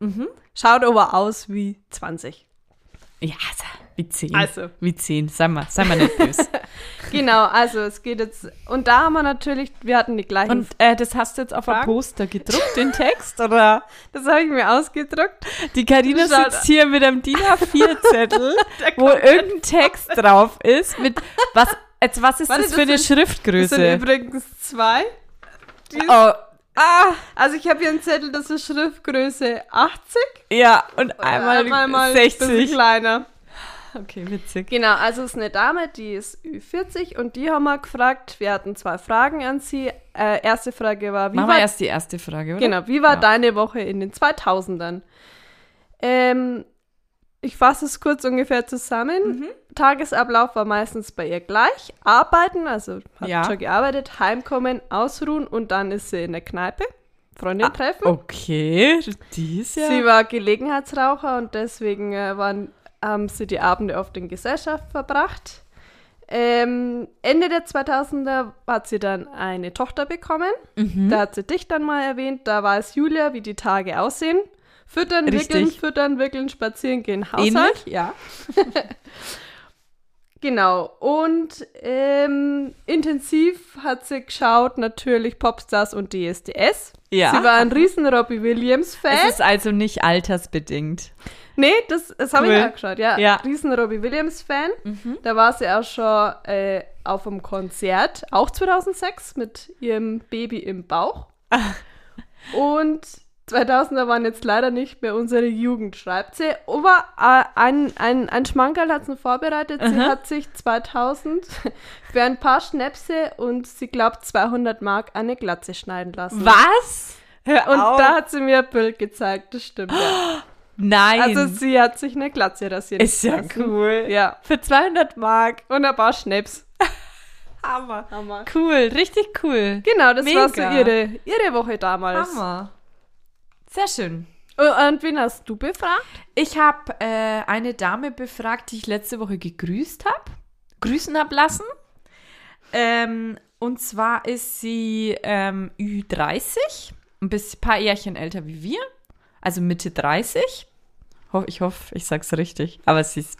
Speaker 3: Mhm.
Speaker 2: Schaut aber aus wie 20.
Speaker 3: Ja, also, wie zehn.
Speaker 2: Also.
Speaker 3: Wie zehn. Sei mal, sei mal nicht böse.
Speaker 2: Genau, also es geht jetzt. Und da haben wir natürlich, wir hatten die gleichen
Speaker 3: Und äh, das hast du jetzt auf ein
Speaker 2: Fragen?
Speaker 3: Poster gedruckt, den Text, oder?
Speaker 2: Das habe ich mir ausgedruckt.
Speaker 3: Die Karina
Speaker 2: Schaut-
Speaker 3: sitzt hier mit einem DIN A4-Zettel, wo irgendein Text drauf ist mit was jetzt was ist
Speaker 2: Warte,
Speaker 3: das
Speaker 2: das
Speaker 3: für eine
Speaker 2: Das sind
Speaker 3: Schriftgröße?
Speaker 2: übrigens zwei. Die ist,
Speaker 3: Oh,
Speaker 2: ah, also ich habe hier einen Zettel, das ist Schriftgröße 80.
Speaker 3: ja, und einmal,
Speaker 2: einmal mal ein bisschen
Speaker 3: 60.
Speaker 2: kleiner.
Speaker 3: Okay, witzig.
Speaker 2: Genau, also es ist eine Dame, die ist Ü40 und die haben wir gefragt. Wir hatten zwei Fragen an sie. Äh, erste Frage war, wie
Speaker 3: Machen
Speaker 2: war
Speaker 3: wir erst die erste Frage, oder?
Speaker 2: Genau, wie war
Speaker 3: Ja.
Speaker 2: deine Woche in den 2000ern? Ähm, ich fasse es kurz ungefähr zusammen.
Speaker 3: Mhm.
Speaker 2: Tagesablauf war meistens bei ihr gleich. Arbeiten, also hat
Speaker 3: Ja.
Speaker 2: schon gearbeitet, heimkommen, ausruhen und dann ist sie in der Kneipe, Freundin
Speaker 3: Ah,
Speaker 2: treffen.
Speaker 3: Okay, die ist ja.
Speaker 2: Sie war Gelegenheitsraucher und deswegen äh, waren, haben sie die Abende oft in Gesellschaft verbracht. Ähm, Ende der 2000er hat sie dann eine
Speaker 3: Mhm.
Speaker 2: Tochter bekommen. Da hat sie dich dann mal erwähnt. Da weiß Julia, wie die Tage aussehen. Füttern, wickeln,
Speaker 3: Richtig.
Speaker 2: füttern, wickeln, spazieren gehen. Haushalt.
Speaker 3: Ähnlich?
Speaker 2: Ja. genau. Und ähm, intensiv hat sie geschaut natürlich Popstars und DSDS.
Speaker 3: Ja.
Speaker 2: Sie war ein riesen Robbie Williams-Fan.
Speaker 3: Es ist also nicht altersbedingt.
Speaker 2: Nee, das, das habe
Speaker 3: Cool.
Speaker 2: ich auch geschaut. Ja,
Speaker 3: Ja.
Speaker 2: riesen Robbie Williams-Fan. Da war sie auch schon äh, auf einem Konzert, auch 2006, mit ihrem Baby im Bauch. Und 2000er waren jetzt leider nicht mehr unsere Jugend, schreibt sie. Aber äh, ein, ein, ein Schmankerl hat sie noch vorbereitet. Sie hat sich 2000 für ein paar Schnäpse und sie glaubt 200 Mark eine Glatze schneiden lassen.
Speaker 3: Was? Hör
Speaker 2: Und
Speaker 3: auf.
Speaker 2: da hat sie mir ein Bild gezeigt, das stimmt. Ja.
Speaker 3: Nein.
Speaker 2: Also sie hat sich eine Glatze rasiert.
Speaker 3: ist ja
Speaker 2: lassen.
Speaker 3: cool.
Speaker 2: Ja.
Speaker 3: Für 200 Mark.
Speaker 2: Und ein paar Schnaps.
Speaker 3: Hammer.
Speaker 2: Hammer.
Speaker 3: Cool, richtig cool.
Speaker 2: Genau, das war so
Speaker 3: Mega.
Speaker 2: ihre, ihre Woche damals. Oh,
Speaker 3: Hammer. Sehr schön.
Speaker 2: Und und wen hast du befragt?
Speaker 3: Ich habe äh, eine Dame befragt, die ich letzte Woche gegrüßt habe, grüßen habe lassen. Ähm, und zwar ist sie ähm, Ü30, ein bisschen, paar Jährchen älter wie wir, also Mitte 30. Ho- Ich hoffe, ich sag's richtig, aber sie ist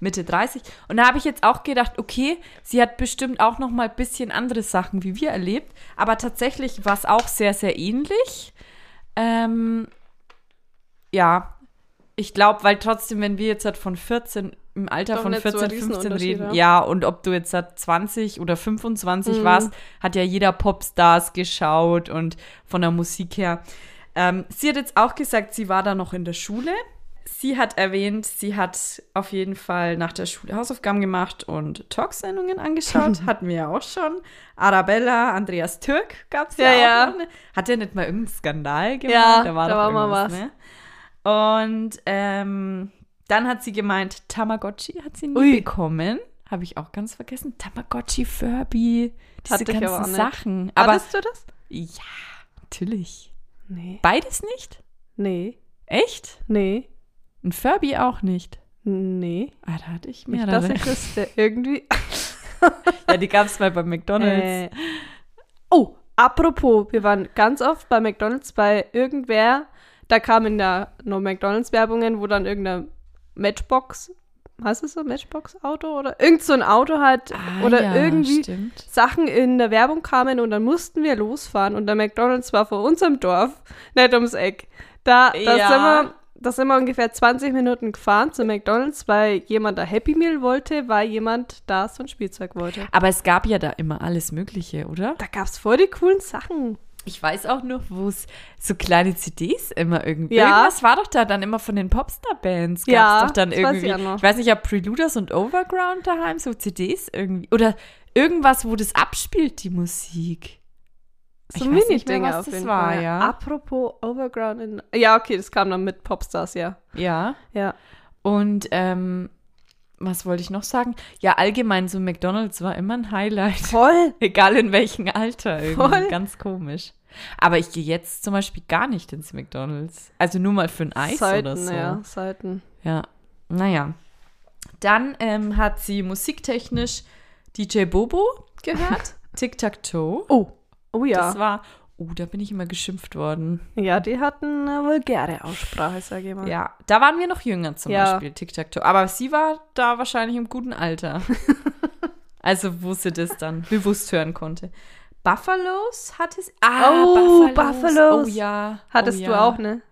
Speaker 3: Mitte 30. Und da habe ich jetzt auch gedacht, okay, sie hat bestimmt auch noch mal ein bisschen andere Sachen wie wir erlebt, aber tatsächlich war es auch sehr, sehr ähnlich. Ähm, ja, ich glaube, weil trotzdem, wenn wir jetzt halt von 14, im Alter
Speaker 2: Doch
Speaker 3: von
Speaker 2: nicht so ein
Speaker 3: 14, 15
Speaker 2: Riesenunterschied,
Speaker 3: reden,
Speaker 2: ja. Mhm.
Speaker 3: ja, und ob du jetzt halt 20 oder 25 warst, hat ja jeder Popstars geschaut und von der Musik her. Ähm, sie hat jetzt auch gesagt, sie war da noch in der Schule. Sie hat erwähnt, sie hat auf jeden Fall nach der Schule Hausaufgaben gemacht und Talksendungen angeschaut. Hatten wir ja auch schon. Arabella, Andreas Türk gab es ja,
Speaker 2: Ja, ja.
Speaker 3: auch noch. Ne? Hat ja nicht mal irgendeinen Skandal gemacht.
Speaker 2: Ja,
Speaker 3: da war,
Speaker 2: da
Speaker 3: doch
Speaker 2: war mal
Speaker 3: irgendwas,
Speaker 2: was.
Speaker 3: Ne? Und ähm, dann hat sie gemeint, Tamagotchi hat sie nie
Speaker 2: Ui.
Speaker 3: bekommen. Habe ich auch ganz vergessen. Tamagotchi, Furby, diese
Speaker 2: Hatte ich aber
Speaker 3: ganzen
Speaker 2: auch nicht.
Speaker 3: Sachen. Aber
Speaker 2: Hattest du das?
Speaker 3: ja, natürlich.
Speaker 2: Nee.
Speaker 3: Beides nicht?
Speaker 2: Nee.
Speaker 3: Echt?
Speaker 2: Nee.
Speaker 3: Ein Furby auch nicht.
Speaker 2: Nee.
Speaker 3: Ah, da hatte ich
Speaker 2: Nicht, dass
Speaker 3: mehrere.
Speaker 2: ich wüsste. Irgendwie.
Speaker 3: ja, die gab es mal bei McDonalds.
Speaker 2: Äh. Oh, apropos, wir waren ganz oft bei McDonalds bei irgendwer. Da kamen da nur McDonalds-Werbungen, wo dann irgendein Matchbox, heißt es so, Matchbox-Auto oder irgend so ein Auto halt
Speaker 3: Ah,
Speaker 2: oder
Speaker 3: ja,
Speaker 2: irgendwie
Speaker 3: Stimmt.
Speaker 2: Sachen in der Werbung kamen und dann mussten wir losfahren und der McDonalds war vor unserem Dorf, nicht ums Eck. Da, da,
Speaker 3: Ja.
Speaker 2: sind wir, da sind wir ungefähr 20 Minuten gefahren zu McDonalds, weil jemand ein Happy Meal wollte, weil jemand da so ein Spielzeug wollte.
Speaker 3: Aber es gab ja da immer alles Mögliche, oder?
Speaker 2: Da gab es voll die coolen Sachen.
Speaker 3: Ich weiß auch noch, wo es so kleine CDs immer irgendwie.
Speaker 2: Ja.
Speaker 3: Irgendwas war doch da dann immer von den Popstar-Bands. Gab's
Speaker 2: Ja,
Speaker 3: doch dann
Speaker 2: das weiß ich
Speaker 3: irgendwie.
Speaker 2: auch noch.
Speaker 3: ich weiß nicht, ob Preluders und Overground daheim so CDs irgendwie. Oder irgendwas, wo das abspielt, die Musik.
Speaker 2: So
Speaker 3: Ich weiß nicht mehr,
Speaker 2: Mini-Dinger
Speaker 3: was
Speaker 2: auf
Speaker 3: das
Speaker 2: jeden
Speaker 3: war,
Speaker 2: Fall.
Speaker 3: ja.
Speaker 2: Apropos Overground. In, ja, okay, das kam dann mit Popstars, ja.
Speaker 3: Ja.
Speaker 2: Ja.
Speaker 3: Und ähm, was wollte ich noch sagen? Ja, allgemein so McDonalds war immer ein Highlight.
Speaker 2: Voll.
Speaker 3: Egal in welchem Alter irgendwie.
Speaker 2: Voll.
Speaker 3: Ganz komisch. Aber ich gehe jetzt zum Beispiel gar nicht ins McDonalds. Also nur mal für ein Eis
Speaker 2: Seiten,
Speaker 3: oder so.
Speaker 2: ja, Seiten.
Speaker 3: Ja, naja. Dann ähm, hat sie musiktechnisch DJ Bobo gehört. Tic-Tac-Toe.
Speaker 2: Oh. Oh ja.
Speaker 3: Das war, oh, da bin ich immer geschimpft worden.
Speaker 2: ja, die hatten eine vulgäre Aussprache, sage ich mal.
Speaker 3: Ja, da waren wir noch jünger zum
Speaker 2: Ja.
Speaker 3: Beispiel, Tic-Tac-Toe. Aber sie war da wahrscheinlich im guten Alter. also, wo sie das dann bewusst hören konnte. Buffalos hatte sie. Ah,
Speaker 2: Oh,
Speaker 3: Buffalos.
Speaker 2: Buffalos.
Speaker 3: Oh ja.
Speaker 2: Hattest
Speaker 3: oh,
Speaker 2: du
Speaker 3: ja.
Speaker 2: auch, ne?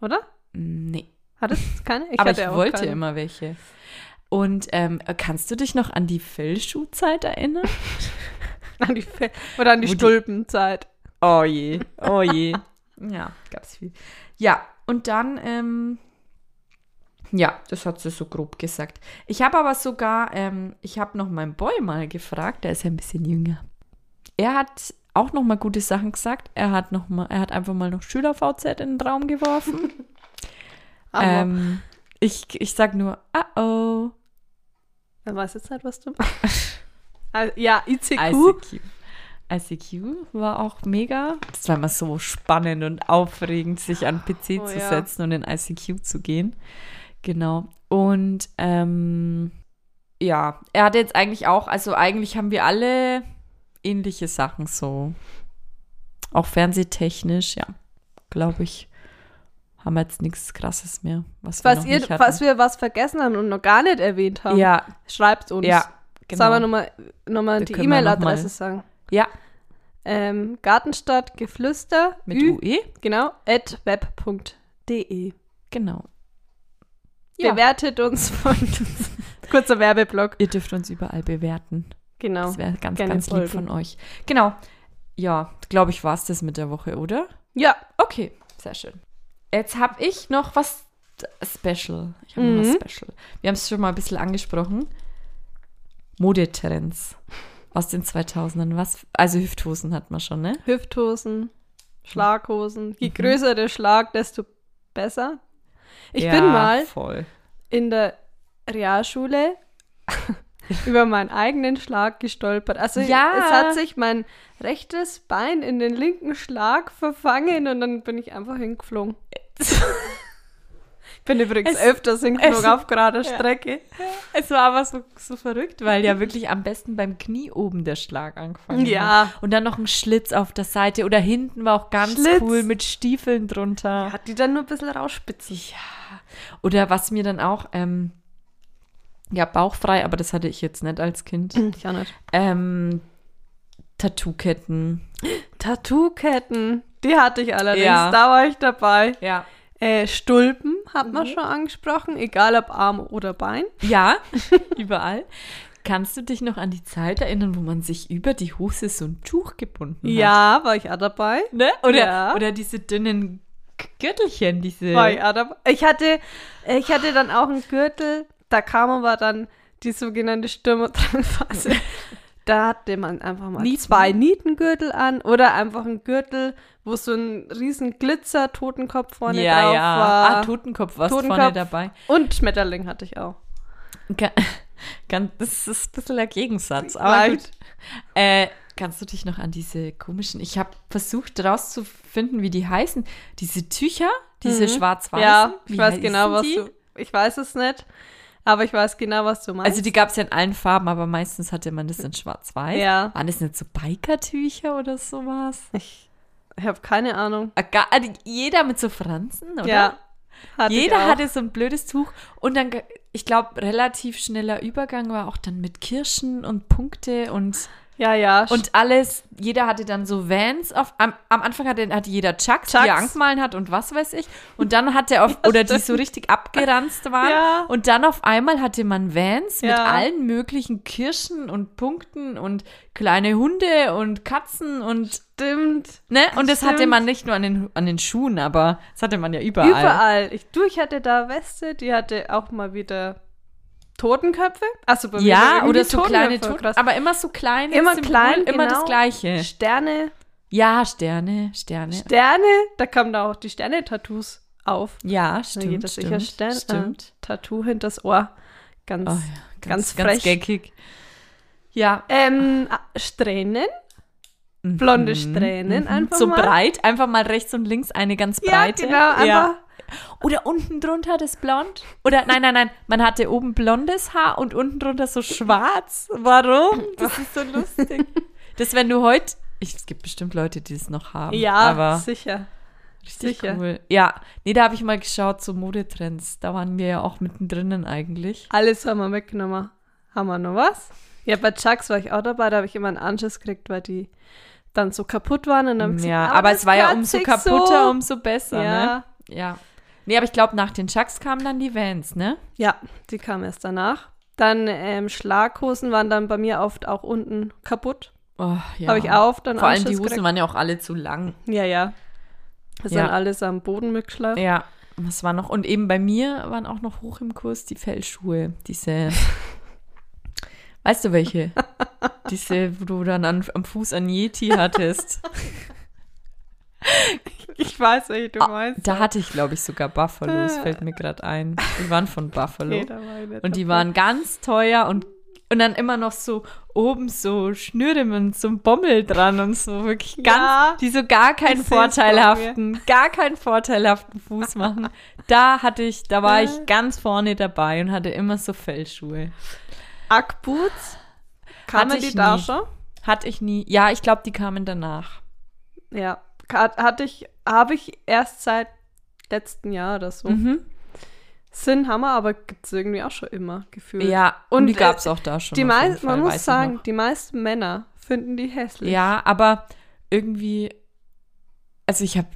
Speaker 2: Oder?
Speaker 3: Nee.
Speaker 2: Hattest keine? Ich
Speaker 3: aber
Speaker 2: hatte
Speaker 3: ich
Speaker 2: auch
Speaker 3: wollte
Speaker 2: keine.
Speaker 3: immer welche. Und ähm, kannst du dich noch an die Fellschuhzeit erinnern?
Speaker 2: An die Fe oder an die
Speaker 3: Wo die-
Speaker 2: Stulpenzeit.
Speaker 3: Oh je, oh je. ja, gab's viel. Ja, und dann, ähm, ja, das hat sie so grob gesagt. Ich habe aber sogar, ähm, ich habe noch meinen Boy mal gefragt, der ist ja ein bisschen jünger. Er hat auch noch mal gute Sachen gesagt. Er hat noch mal, er hat einfach mal noch Schüler-VZ in den Raum geworfen.
Speaker 2: Aber
Speaker 3: ähm, ich, ich sag nur, ah oh.
Speaker 2: man weiß jetzt nicht, was du Also, ja, ICQ.
Speaker 3: ICQ. ICQ war auch mega. Das war immer so spannend und aufregend, sich an den PC
Speaker 2: Oh,
Speaker 3: zu
Speaker 2: ja.
Speaker 3: setzen und in ICQ zu gehen. Genau. Und ähm, ja, er hat jetzt eigentlich auch, also eigentlich haben wir alle ähnliche Sachen so. Auch fernsehtechnisch, ja, glaube ich, haben wir jetzt nichts Krasses mehr. Was, wir
Speaker 2: Falls,
Speaker 3: noch
Speaker 2: ihr,
Speaker 3: nicht hatten.
Speaker 2: falls wir was vergessen haben und noch gar nicht erwähnt haben,
Speaker 3: ja,
Speaker 2: schreibt uns.
Speaker 3: ja,
Speaker 2: Sollen wir
Speaker 3: genau.
Speaker 2: nochmal noch mal
Speaker 3: Da
Speaker 2: die
Speaker 3: können wir noch
Speaker 2: E-Mail-Adresse
Speaker 3: mal-
Speaker 2: sagen?
Speaker 3: Ja,
Speaker 2: Ähm, Gartenstadt Geflüster
Speaker 3: mit
Speaker 2: Ü,
Speaker 3: UE.
Speaker 2: genau, at web.de.
Speaker 3: Genau. Ja.
Speaker 2: Bewertet uns von kurzer Werbeblock.
Speaker 3: Ihr dürft uns überall bewerten.
Speaker 2: Genau.
Speaker 3: Das wäre ganz,
Speaker 2: Gerne
Speaker 3: ganz
Speaker 2: folgen.
Speaker 3: lieb von euch. Genau. Ja, glaube ich, war es das mit der Woche, oder?
Speaker 2: Ja,
Speaker 3: Okay, sehr schön. Jetzt habe ich noch was d- Special. Ich habe noch was
Speaker 2: Mhm.
Speaker 3: Special. Wir haben es schon mal ein bisschen angesprochen. Modetrends aus den 2000ern. Was, also Hüfthosen hat man schon, ne?
Speaker 2: Hüfthosen, Schlaghosen.
Speaker 3: Mhm.
Speaker 2: Je größer der Schlag, desto besser. Ich
Speaker 3: Ja,
Speaker 2: bin mal
Speaker 3: voll.
Speaker 2: in der Realschule über meinen eigenen Schlag gestolpert. Also
Speaker 3: Ja.
Speaker 2: es hat sich mein rechtes Bein in den linken Schlag verfangen und dann bin ich einfach hingeflogen. Ich bin übrigens
Speaker 3: Es-
Speaker 2: öfters hingeflogen
Speaker 3: es-
Speaker 2: auf gerader
Speaker 3: ja.
Speaker 2: Strecke.
Speaker 3: Es war aber so, so verrückt, weil ja wirklich am besten beim Knie oben der Schlag angefangen
Speaker 2: Ja.
Speaker 3: hat. Und dann noch ein Schlitz auf der Seite oder hinten war auch ganz
Speaker 2: Schlitz.
Speaker 3: cool mit Stiefeln drunter.
Speaker 2: Hat die dann nur ein bisschen rausspitzen.
Speaker 3: Oder was mir dann auch, ähm, ja, bauchfrei, aber das hatte ich jetzt nicht als Kind.
Speaker 2: Ich auch nicht.
Speaker 3: Ähm, Tattoo-Ketten.
Speaker 2: Tattoo-Ketten, die hatte ich allerdings,
Speaker 3: Ja.
Speaker 2: da war ich dabei. Mhm.
Speaker 3: Ja.
Speaker 2: Äh, Stulpen hat man schon angesprochen, egal ob Arm oder Bein.
Speaker 3: Ja, überall. Kannst du dich noch an die Zeit erinnern, wo man sich über die Hose so ein Tuch gebunden hat?
Speaker 2: Ja, war ich auch dabei.
Speaker 3: Ne? Oder,
Speaker 2: Ja.
Speaker 3: oder diese dünnen K- Gürtelchen, diese.
Speaker 2: ah, War ich auch dabei. Ich hatte, ich hatte dann auch einen Gürtel, da kam aber dann die sogenannte Stürmertrennphase. Da hatte man einfach mal
Speaker 3: Nieten.
Speaker 2: zwei Nietengürtel an oder einfach einen Gürtel, wo so ein riesen Glitzer-Totenkopf vorne
Speaker 3: ja,
Speaker 2: drauf
Speaker 3: ja.
Speaker 2: war.
Speaker 3: Ah, Totenkopf warst
Speaker 2: Totenkopf.
Speaker 3: vorne dabei.
Speaker 2: Und Schmetterling hatte ich auch.
Speaker 3: Ga- Ganz, das ist ein bisschen der Gegensatz. Aber
Speaker 2: Leicht.
Speaker 3: gut. Äh, kannst du dich noch an diese komischen, ich habe versucht rauszufinden, wie die heißen, diese Tücher, diese
Speaker 2: Mhm.
Speaker 3: schwarz-weißen.
Speaker 2: Ja, ich
Speaker 3: Wie
Speaker 2: weiß genau,
Speaker 3: heißen
Speaker 2: was
Speaker 3: die?
Speaker 2: du. Ich weiß es nicht, aber ich weiß genau, was du meinst.
Speaker 3: Also die gab es ja in allen Farben, aber meistens hatte man das in schwarz-weiß.
Speaker 2: Ja.
Speaker 3: Waren das nicht so Biker-Tücher oder sowas?
Speaker 2: ich ich habe keine Ahnung.
Speaker 3: Ah, ga- ah, die- Jeder mit so Fransen, oder?
Speaker 2: Ja. hatte ich
Speaker 3: Jeder
Speaker 2: auch.
Speaker 3: hatte so ein blödes Tuch und dann, ge- ich glaube, relativ schneller Übergang war auch dann mit Kirschen und Punkte und
Speaker 2: Ja, ja.
Speaker 3: Und alles, jeder hatte dann so Vans auf. Am, am Anfang hatte, hatte jeder Chucks, die er
Speaker 2: Chucks.
Speaker 3: angemahlen hat und was weiß ich. Und dann hatte er auf, oder die so richtig abgeranzt waren.
Speaker 2: Ja.
Speaker 3: Und dann auf einmal hatte man Vans mit
Speaker 2: Ja.
Speaker 3: allen möglichen Kirschen und Punkten und kleine Hunde und Katzen und.
Speaker 2: stimmt.
Speaker 3: Ne? Und das hatte
Speaker 2: Stimmt.
Speaker 3: man nicht nur an den, an den Schuhen, aber das hatte man ja überall.
Speaker 2: Überall. Ich, du, ich hatte da Weste, die hatte auch mal wieder Totenköpfe. Also bei mir waren
Speaker 3: Ja,
Speaker 2: irgendwie
Speaker 3: oder so kleine
Speaker 2: Totenköpfe
Speaker 3: Toten,
Speaker 2: krass.
Speaker 3: aber immer so kleine,
Speaker 2: Immer klein,
Speaker 3: immer das
Speaker 2: genau.
Speaker 3: gleiche.
Speaker 2: Sterne,
Speaker 3: Ja, Sterne, Sterne.
Speaker 2: Sterne, da kamen da auch die Sterne-Tattoos auf.
Speaker 3: Ja,
Speaker 2: Da
Speaker 3: stimmt.
Speaker 2: Also geht das sicher
Speaker 3: stimmt,
Speaker 2: Stern,
Speaker 3: stimmt.
Speaker 2: Äh, Tattoo hinters Ohr. Ganz,
Speaker 3: Oh ja,
Speaker 2: ganz,
Speaker 3: ganz, ganz,
Speaker 2: frech.
Speaker 3: geckig. Ja.
Speaker 2: Ähm, ah, Strähnen. Blonde Strähnen einfach
Speaker 3: Mhm. so
Speaker 2: mal.
Speaker 3: breit, einfach mal rechts und links eine ganz
Speaker 2: Ja,
Speaker 3: breite.
Speaker 2: genau, einfach.
Speaker 3: Oder unten drunter das Blond. Oder nein, nein, nein, man hatte oben blondes Haar und unten drunter so schwarz. Warum? Das ist so lustig. Das, wenn du heute, ich, es gibt bestimmt Leute, die es noch haben.
Speaker 2: Ja,
Speaker 3: aber
Speaker 2: sicher.
Speaker 3: richtig
Speaker 2: sicher.
Speaker 3: cool. Ja, nee, da habe ich mal geschaut zu so Modetrends. Da waren wir ja auch mittendrin eigentlich.
Speaker 2: Alles haben wir weggenommen. Haben wir noch was? Ja, bei Chucks war ich auch dabei, da habe ich immer einen Anschiss gekriegt, weil die dann so kaputt waren. Und dann hab ich
Speaker 3: Ja,
Speaker 2: gesagt, "Ah,
Speaker 3: aber
Speaker 2: das
Speaker 3: es war ja
Speaker 2: gehört
Speaker 3: umso
Speaker 2: sich
Speaker 3: kaputter,
Speaker 2: so."
Speaker 3: umso besser, ne?
Speaker 2: ja,
Speaker 3: Ja. Nee, aber ich glaube, nach den Chucks kamen dann die Vans, ne?
Speaker 2: ja, die kamen erst danach. Dann ähm, Schlaghosen waren dann bei mir oft auch unten kaputt.
Speaker 3: Oh, ja.
Speaker 2: Habe ich auch dann
Speaker 3: Vor allem die
Speaker 2: Anschiss
Speaker 3: Hosen
Speaker 2: gekriegt.
Speaker 3: waren ja auch alle zu lang.
Speaker 2: Ja, ja. Ist
Speaker 3: Ja.
Speaker 2: dann alles am Boden mitgeschlafen.
Speaker 3: Ja. Was war noch? Und eben bei mir waren auch noch hoch im Kurs die Fellschuhe. Diese. weißt du welche? Diese, wo du dann an, am Fuß ein Yeti hattest.
Speaker 2: Ich weiß, welche
Speaker 3: Ah.
Speaker 2: du meinst.
Speaker 3: da hatte ich, glaube ich, sogar Buffalos, fällt mir gerade ein. Die waren von Buffalo.
Speaker 2: Nee, da war ich nicht
Speaker 3: Und die
Speaker 2: dabei.
Speaker 3: waren ganz teuer und, und dann immer noch so oben so Schnüre mit so einem Bommel dran und so wirklich ganz,
Speaker 2: Ja.
Speaker 3: die so gar
Speaker 2: Ich
Speaker 3: keinen
Speaker 2: seh's vor
Speaker 3: vorteilhaften, gar keinen vorteilhaften Fuß machen. Da hatte ich, da war ich ganz vorne dabei und hatte immer so Fellschuhe.
Speaker 2: Ackboots. Kamen
Speaker 3: Hatte
Speaker 2: die
Speaker 3: ich
Speaker 2: da
Speaker 3: nie.
Speaker 2: schon?
Speaker 3: Hatte ich nie. Ja, ich glaube, die kamen danach.
Speaker 2: Ja. Hat, hatte ich, habe ich erst seit letzten Jahr oder so.
Speaker 3: Mhm.
Speaker 2: Sinn haben wir, aber gibt es irgendwie auch schon immer gefühlt.
Speaker 3: Ja, und,
Speaker 2: Und,
Speaker 3: die
Speaker 2: äh,
Speaker 3: gab es auch da schon.
Speaker 2: die
Speaker 3: auf jeden
Speaker 2: mei-
Speaker 3: Fall,
Speaker 2: man
Speaker 3: weiß ich
Speaker 2: muss sagen,
Speaker 3: noch.
Speaker 2: die meisten Männer finden die hässlich.
Speaker 3: Ja, aber irgendwie, also ich habe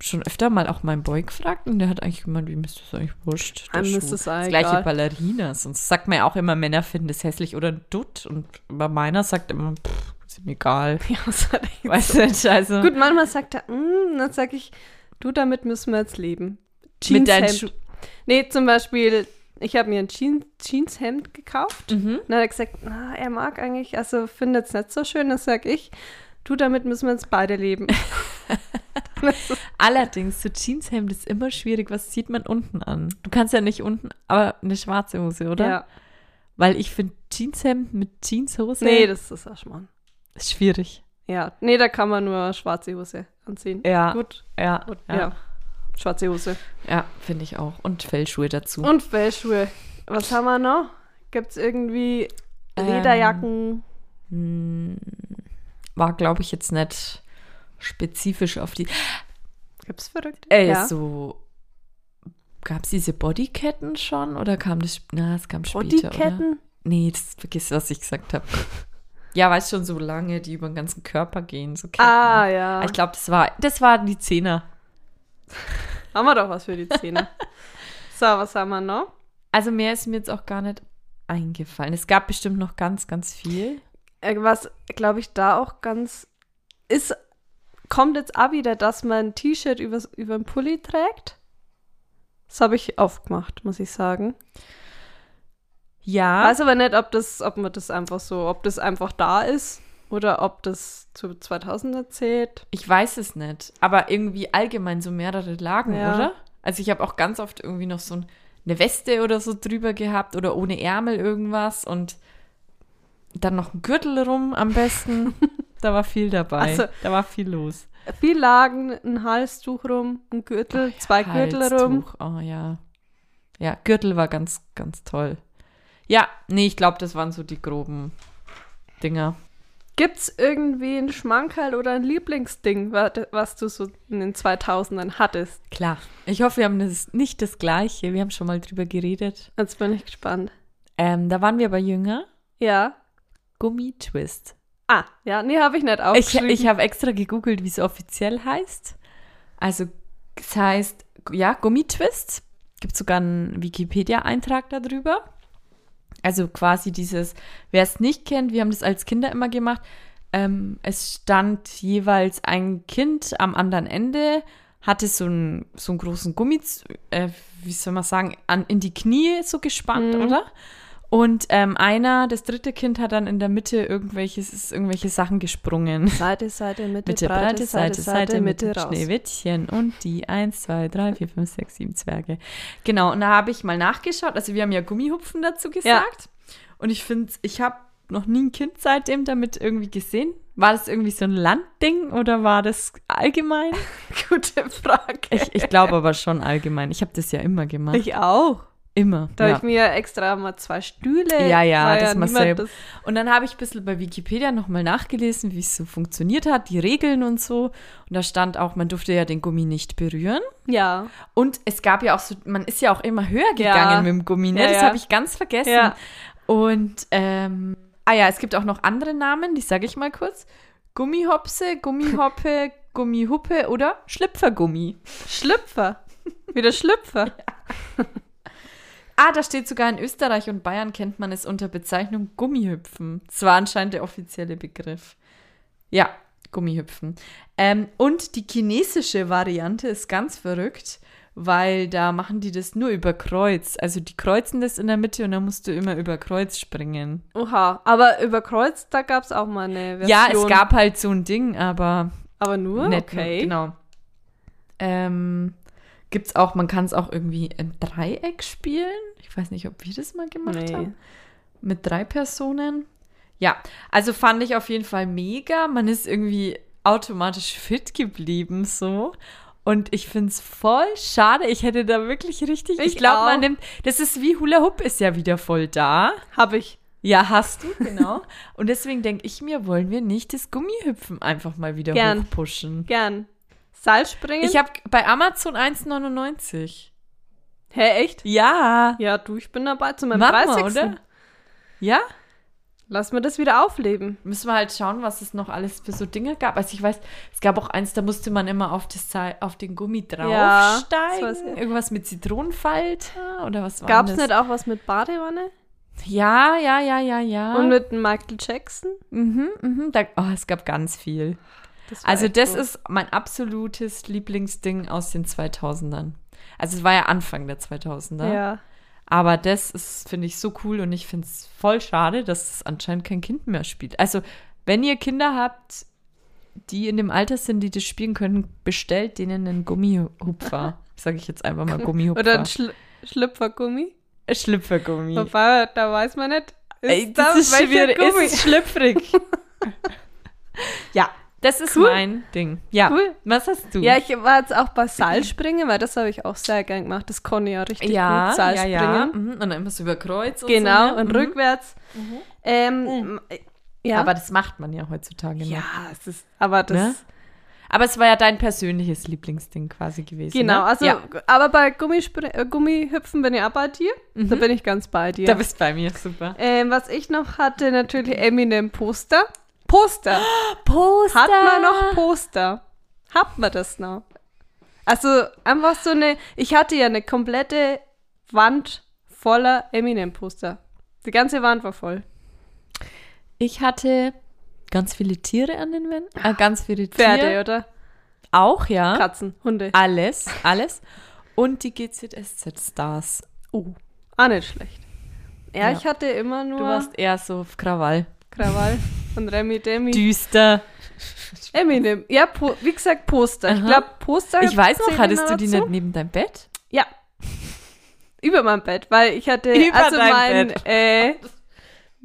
Speaker 3: schon öfter mal auch meinen Boy gefragt und der hat eigentlich gemeint, wie müsste es eigentlich wurscht. der
Speaker 2: Einem
Speaker 3: Schuh.
Speaker 2: ist es
Speaker 3: das
Speaker 2: eigentlich
Speaker 3: gleiche
Speaker 2: egal.
Speaker 3: Ballerinas. Sonst sagt man ja auch immer, Männer finden das hässlich oder ein Dutt. Und bei meiner sagt immer, pff, ist mir egal.
Speaker 2: Ja, das hat echt
Speaker 3: Weißt du, also
Speaker 2: Gut, manchmal sagt er, mm, dann sage ich, du, damit müssen wir jetzt leben.
Speaker 3: mit deinen
Speaker 2: Jeanshemd.
Speaker 3: Schuhen.
Speaker 2: Nee, zum Beispiel, ich habe mir ein Jean Jeanshemd gekauft.
Speaker 3: Mhm.
Speaker 2: Und dann hat er gesagt, na, er mag eigentlich, also findet es nicht so schön, das sag ich. Du, damit müssen wir jetzt beide leben.
Speaker 3: Allerdings, so Jeanshemd ist immer schwierig. Was zieht man unten an? Du kannst ja nicht unten, aber eine schwarze Hose, oder?
Speaker 2: Ja.
Speaker 3: Weil ich finde Jeanshemd mit Jeanshose
Speaker 2: Nee, das ist auch schon.
Speaker 3: ist schwierig.
Speaker 2: Ja. Nee, da kann man nur schwarze Hose anziehen.
Speaker 3: Ja.
Speaker 2: Gut.
Speaker 3: Ja,
Speaker 2: Gut. Ja.
Speaker 3: ja, ja.
Speaker 2: Schwarze Hose.
Speaker 3: finde ich auch. Und Fellschuhe dazu.
Speaker 2: Und Fellschuhe. Was haben wir noch? Gibt es irgendwie
Speaker 3: Ähm.
Speaker 2: Lederjacken?
Speaker 3: Hm, War, glaube ich, jetzt nicht spezifisch auf die.
Speaker 2: Gibt's verrückt?
Speaker 3: Ey,
Speaker 2: ja.
Speaker 3: so. Gab es diese Bodyketten schon oder kam das? sp- Na, es kam später. Oder?
Speaker 2: Bodyketten?
Speaker 3: Nee, das vergiss, was ich gesagt habe. ja, weißt schon, so lange, die über den ganzen Körper gehen. So Ketten.
Speaker 2: Ah, ja.
Speaker 3: Ich glaube, das war, das waren die Zehner.
Speaker 2: Haben wir doch was für die Zähne. so, was haben wir noch?
Speaker 3: Also mehr ist mir jetzt auch gar nicht eingefallen. Es gab bestimmt noch ganz, ganz viel.
Speaker 2: Äh, Was, glaube ich, da auch ganz ist, kommt jetzt auch wieder, dass man ein T-Shirt übers- über den Pulli trägt. Das habe ich aufgemacht, muss ich sagen.
Speaker 3: Ja.
Speaker 2: Weiß aber nicht, ob das, ob man das einfach so, ob das einfach da ist oder ob das zu 2000 erzählt.
Speaker 3: Ich weiß es nicht, aber irgendwie allgemein so mehrere Lagen,
Speaker 2: Ja.
Speaker 3: oder? Also ich habe auch ganz oft irgendwie noch so ein, eine Weste oder so drüber gehabt oder ohne Ärmel irgendwas und dann noch ein Gürtel rum am besten. da war viel dabei.
Speaker 2: Also-
Speaker 3: da war viel los.
Speaker 2: Viel Lagen, ein Halstuch rum, ein Gürtel, zwei Gürtel rum.
Speaker 3: Halstuch, Oh ja. Ja, Gürtel war ganz, ganz toll. Ja, nee, ich glaube, das waren so die groben Dinger.
Speaker 2: Gibt's irgendwie einen Schmankerl oder ein Lieblingsding, wa- was du so in den 2000ern hattest?
Speaker 3: Klar. Ich hoffe, wir haben das, nicht das Gleiche. Wir haben schon mal drüber geredet.
Speaker 2: Jetzt bin ich gespannt.
Speaker 3: Ähm, da waren wir aber jünger.
Speaker 2: Ja.
Speaker 3: Gummitwist.
Speaker 2: Ah, ja, nee, habe ich nicht
Speaker 3: Ich,
Speaker 2: aufgeschrieben.
Speaker 3: ich habe extra gegoogelt, wie es offiziell heißt. Also, es heißt, ja, Gummitwist. Gibt sogar einen Wikipedia-Eintrag darüber. Also quasi dieses, wer es nicht kennt, wir haben das als Kinder immer gemacht. Ähm, es stand jeweils ein Kind am anderen Ende, hatte so einen, so einen großen Gummi, äh, wie soll man sagen, an, in die Knie so gespannt, oder? Und ähm, einer, das dritte Kind, hat dann in der Mitte irgendwelches, ist irgendwelche Sachen gesprungen.
Speaker 2: Seite, Seite, Mitte,
Speaker 3: Mit der Breite, Seite, Seite, mit dem Schneewittchen und die 1, 2, 3, 4, 5, 6, 7 Zwerge. Genau, und da habe ich mal nachgeschaut. Also wir haben ja Gummihupfen dazu gesagt. Und ich finde, ich habe noch nie ein Kind seitdem damit irgendwie gesehen. War das irgendwie so ein Landding oder war das allgemein?
Speaker 2: Gute Frage.
Speaker 3: Ich, ich glaube aber schon allgemein. Ich habe das ja immer gemacht.
Speaker 2: Ich auch.
Speaker 3: immer.
Speaker 2: Da
Speaker 3: ja.
Speaker 2: habe ich mir extra mal zwei Stühle.
Speaker 3: Ja, ja,
Speaker 2: weil
Speaker 3: das mal
Speaker 2: niemand
Speaker 3: selber.
Speaker 2: das-
Speaker 3: Und dann habe ich ein bisschen bei Wikipedia nochmal nachgelesen, wie es so funktioniert hat, die Regeln und so. Und da stand auch, man durfte ja den Gummi nicht berühren.
Speaker 2: Ja.
Speaker 3: Und es gab ja auch so, man ist ja auch immer höher gegangen
Speaker 2: Ja.
Speaker 3: mit dem Gummi, ne?
Speaker 2: Ja,
Speaker 3: das
Speaker 2: ja.
Speaker 3: habe ich ganz vergessen.
Speaker 2: Ja.
Speaker 3: Und, ähm, ah ja, es gibt auch noch andere Namen, die sage ich mal kurz. Gummihopse, Gummihoppe, Gummihuppe oder Schlüpfergummi.
Speaker 2: Schlüpfer. Wieder Schlüpfer.
Speaker 3: Ah, da steht sogar in Österreich und Bayern kennt man es unter Bezeichnung Gummihüpfen. Das war anscheinend der offizielle Begriff. Ja, Gummihüpfen. Ähm, und die chinesische Variante ist ganz verrückt, weil da machen die das nur über Kreuz. Also die kreuzen das in der Mitte und dann musst du immer über Kreuz springen.
Speaker 2: Oha. Aber über Kreuz, da gab es auch mal eine Version.
Speaker 3: Ja, es gab halt so ein Ding, aber
Speaker 2: Aber nur?
Speaker 3: nicht
Speaker 2: okay.
Speaker 3: nur- Genau. Ähm, gibt's auch, man kann es auch irgendwie im Dreieck spielen. Ich weiß nicht, ob wir das mal gemacht
Speaker 2: Nee.
Speaker 3: haben. mit drei Personen. Ja, also fand ich auf jeden Fall mega. Man ist irgendwie automatisch fit geblieben so. Und ich finde es voll schade. Ich hätte da wirklich richtig. Ich,
Speaker 2: Ich
Speaker 3: glaube, man
Speaker 2: auch.
Speaker 3: nimmt. Das ist wie Hula Hoop ist ja wieder voll da.
Speaker 2: Habe ich.
Speaker 3: Ja, hast du, genau. Und deswegen denke ich mir, wollen wir nicht das Gummihüpfen einfach mal wieder
Speaker 2: Gern.
Speaker 3: hochpushen.
Speaker 2: Gern. Seilspringen?
Speaker 3: Ich habe bei Amazon 1,99.
Speaker 2: Hä, echt?
Speaker 3: Ja.
Speaker 2: Ja, du, ich bin dabei zu meinem
Speaker 3: Mach mal,
Speaker 2: 30.
Speaker 3: oder? Ja?
Speaker 2: Lass mir das wieder aufleben.
Speaker 3: Müssen wir halt schauen, was es noch alles für so Dinge gab. Also ich weiß, es gab auch eins, da musste man immer auf, das Seil, auf den Gummi
Speaker 2: Ja, das
Speaker 3: draufsteigen.
Speaker 2: weiß ich.
Speaker 3: Irgendwas mit Zitronenfalter oder was war
Speaker 2: Gab's
Speaker 3: das?
Speaker 2: nicht auch was mit Badewanne?
Speaker 3: Ja, ja, ja, ja, ja.
Speaker 2: Und mit Michael Jackson?
Speaker 3: mhm, mhm, da, oh, es gab ganz viel.
Speaker 2: Das war
Speaker 3: Also
Speaker 2: echt
Speaker 3: das
Speaker 2: gut.
Speaker 3: ist mein absolutes Lieblingsding aus den 2000ern. Also es war ja Anfang der 2000er.
Speaker 2: Ja.
Speaker 3: Aber das ist, finde ich, so cool und ich finde es voll schade, dass es anscheinend kein Kind mehr spielt. Also, wenn ihr Kinder habt, die in dem Alter sind, die das spielen können, bestellt denen einen Gummihupfer. Sage ich jetzt einfach mal Gummihupfer.
Speaker 2: Oder ein Schl Schlüpfergummi?
Speaker 3: Schlüpfergummi.
Speaker 2: Wobei, da weiß man nicht. Ist
Speaker 3: Ey, das ist
Speaker 2: welcher
Speaker 3: schwierig.
Speaker 2: Gummi?
Speaker 3: Ist es schlüpfrig? ja, das ist
Speaker 2: Cool.
Speaker 3: mein Ding. Ja.
Speaker 2: Cool.
Speaker 3: Was hast du?
Speaker 2: Ja, ich war jetzt auch bei Seilspringen, weil das habe ich auch sehr gern gemacht. Das konnte ich ja richtig
Speaker 3: ja,
Speaker 2: gut
Speaker 3: ja,
Speaker 2: Seilspringen.
Speaker 3: ja. Mhm. Und dann immer so über Kreuz und
Speaker 2: Genau,
Speaker 3: so. ne?
Speaker 2: und
Speaker 3: Mhm. Oh.
Speaker 2: rückwärts. Ähm, Ja,
Speaker 3: Aber das macht man ja heutzutage
Speaker 2: ja,
Speaker 3: noch.
Speaker 2: es ist, aber das.
Speaker 3: Ne? Aber es war ja dein persönliches Lieblingsding quasi gewesen.
Speaker 2: Genau,
Speaker 3: ne?
Speaker 2: also,
Speaker 3: ja,
Speaker 2: aber bei Gummispr äh, Gummihüpfen bin ich auch bei dir. Da bin ich ganz bei dir.
Speaker 3: Mhm. da bist bei mir super.
Speaker 2: ähm, was ich noch hatte, natürlich Eminem Poster. Poster!
Speaker 3: Poster.
Speaker 2: Hat man noch Poster? Hat man das noch? Also einfach so eine, ich hatte ja eine komplette Wand voller Eminem-Poster. Die ganze Wand war voll.
Speaker 3: Ich hatte ganz viele Tiere an den Wänden, äh, ganz viele Tiere.
Speaker 2: Pferde, oder?
Speaker 3: Auch ja.
Speaker 2: Katzen, Hunde.
Speaker 3: Alles, alles. Und die GZSZ Stars.
Speaker 2: Oh, ah, nicht schlecht. Ja,
Speaker 3: Ja.
Speaker 2: ich hatte immer nur
Speaker 3: Du warst eher so auf Krawall.
Speaker 2: Krawall und Remi Demi.
Speaker 3: Düster.
Speaker 2: Eminem. Ja, po wie gesagt, Poster. Ich
Speaker 3: Aha.
Speaker 2: glaube, Poster.
Speaker 3: Ich weiß noch,
Speaker 2: zählen
Speaker 3: hattest
Speaker 2: immer
Speaker 3: du die
Speaker 2: dazu.
Speaker 3: nicht neben deinem Bett?
Speaker 2: Ja. Über mein Bett, weil ich hatte
Speaker 3: Über
Speaker 2: also
Speaker 3: dein
Speaker 2: mein
Speaker 3: Bett.
Speaker 2: Äh,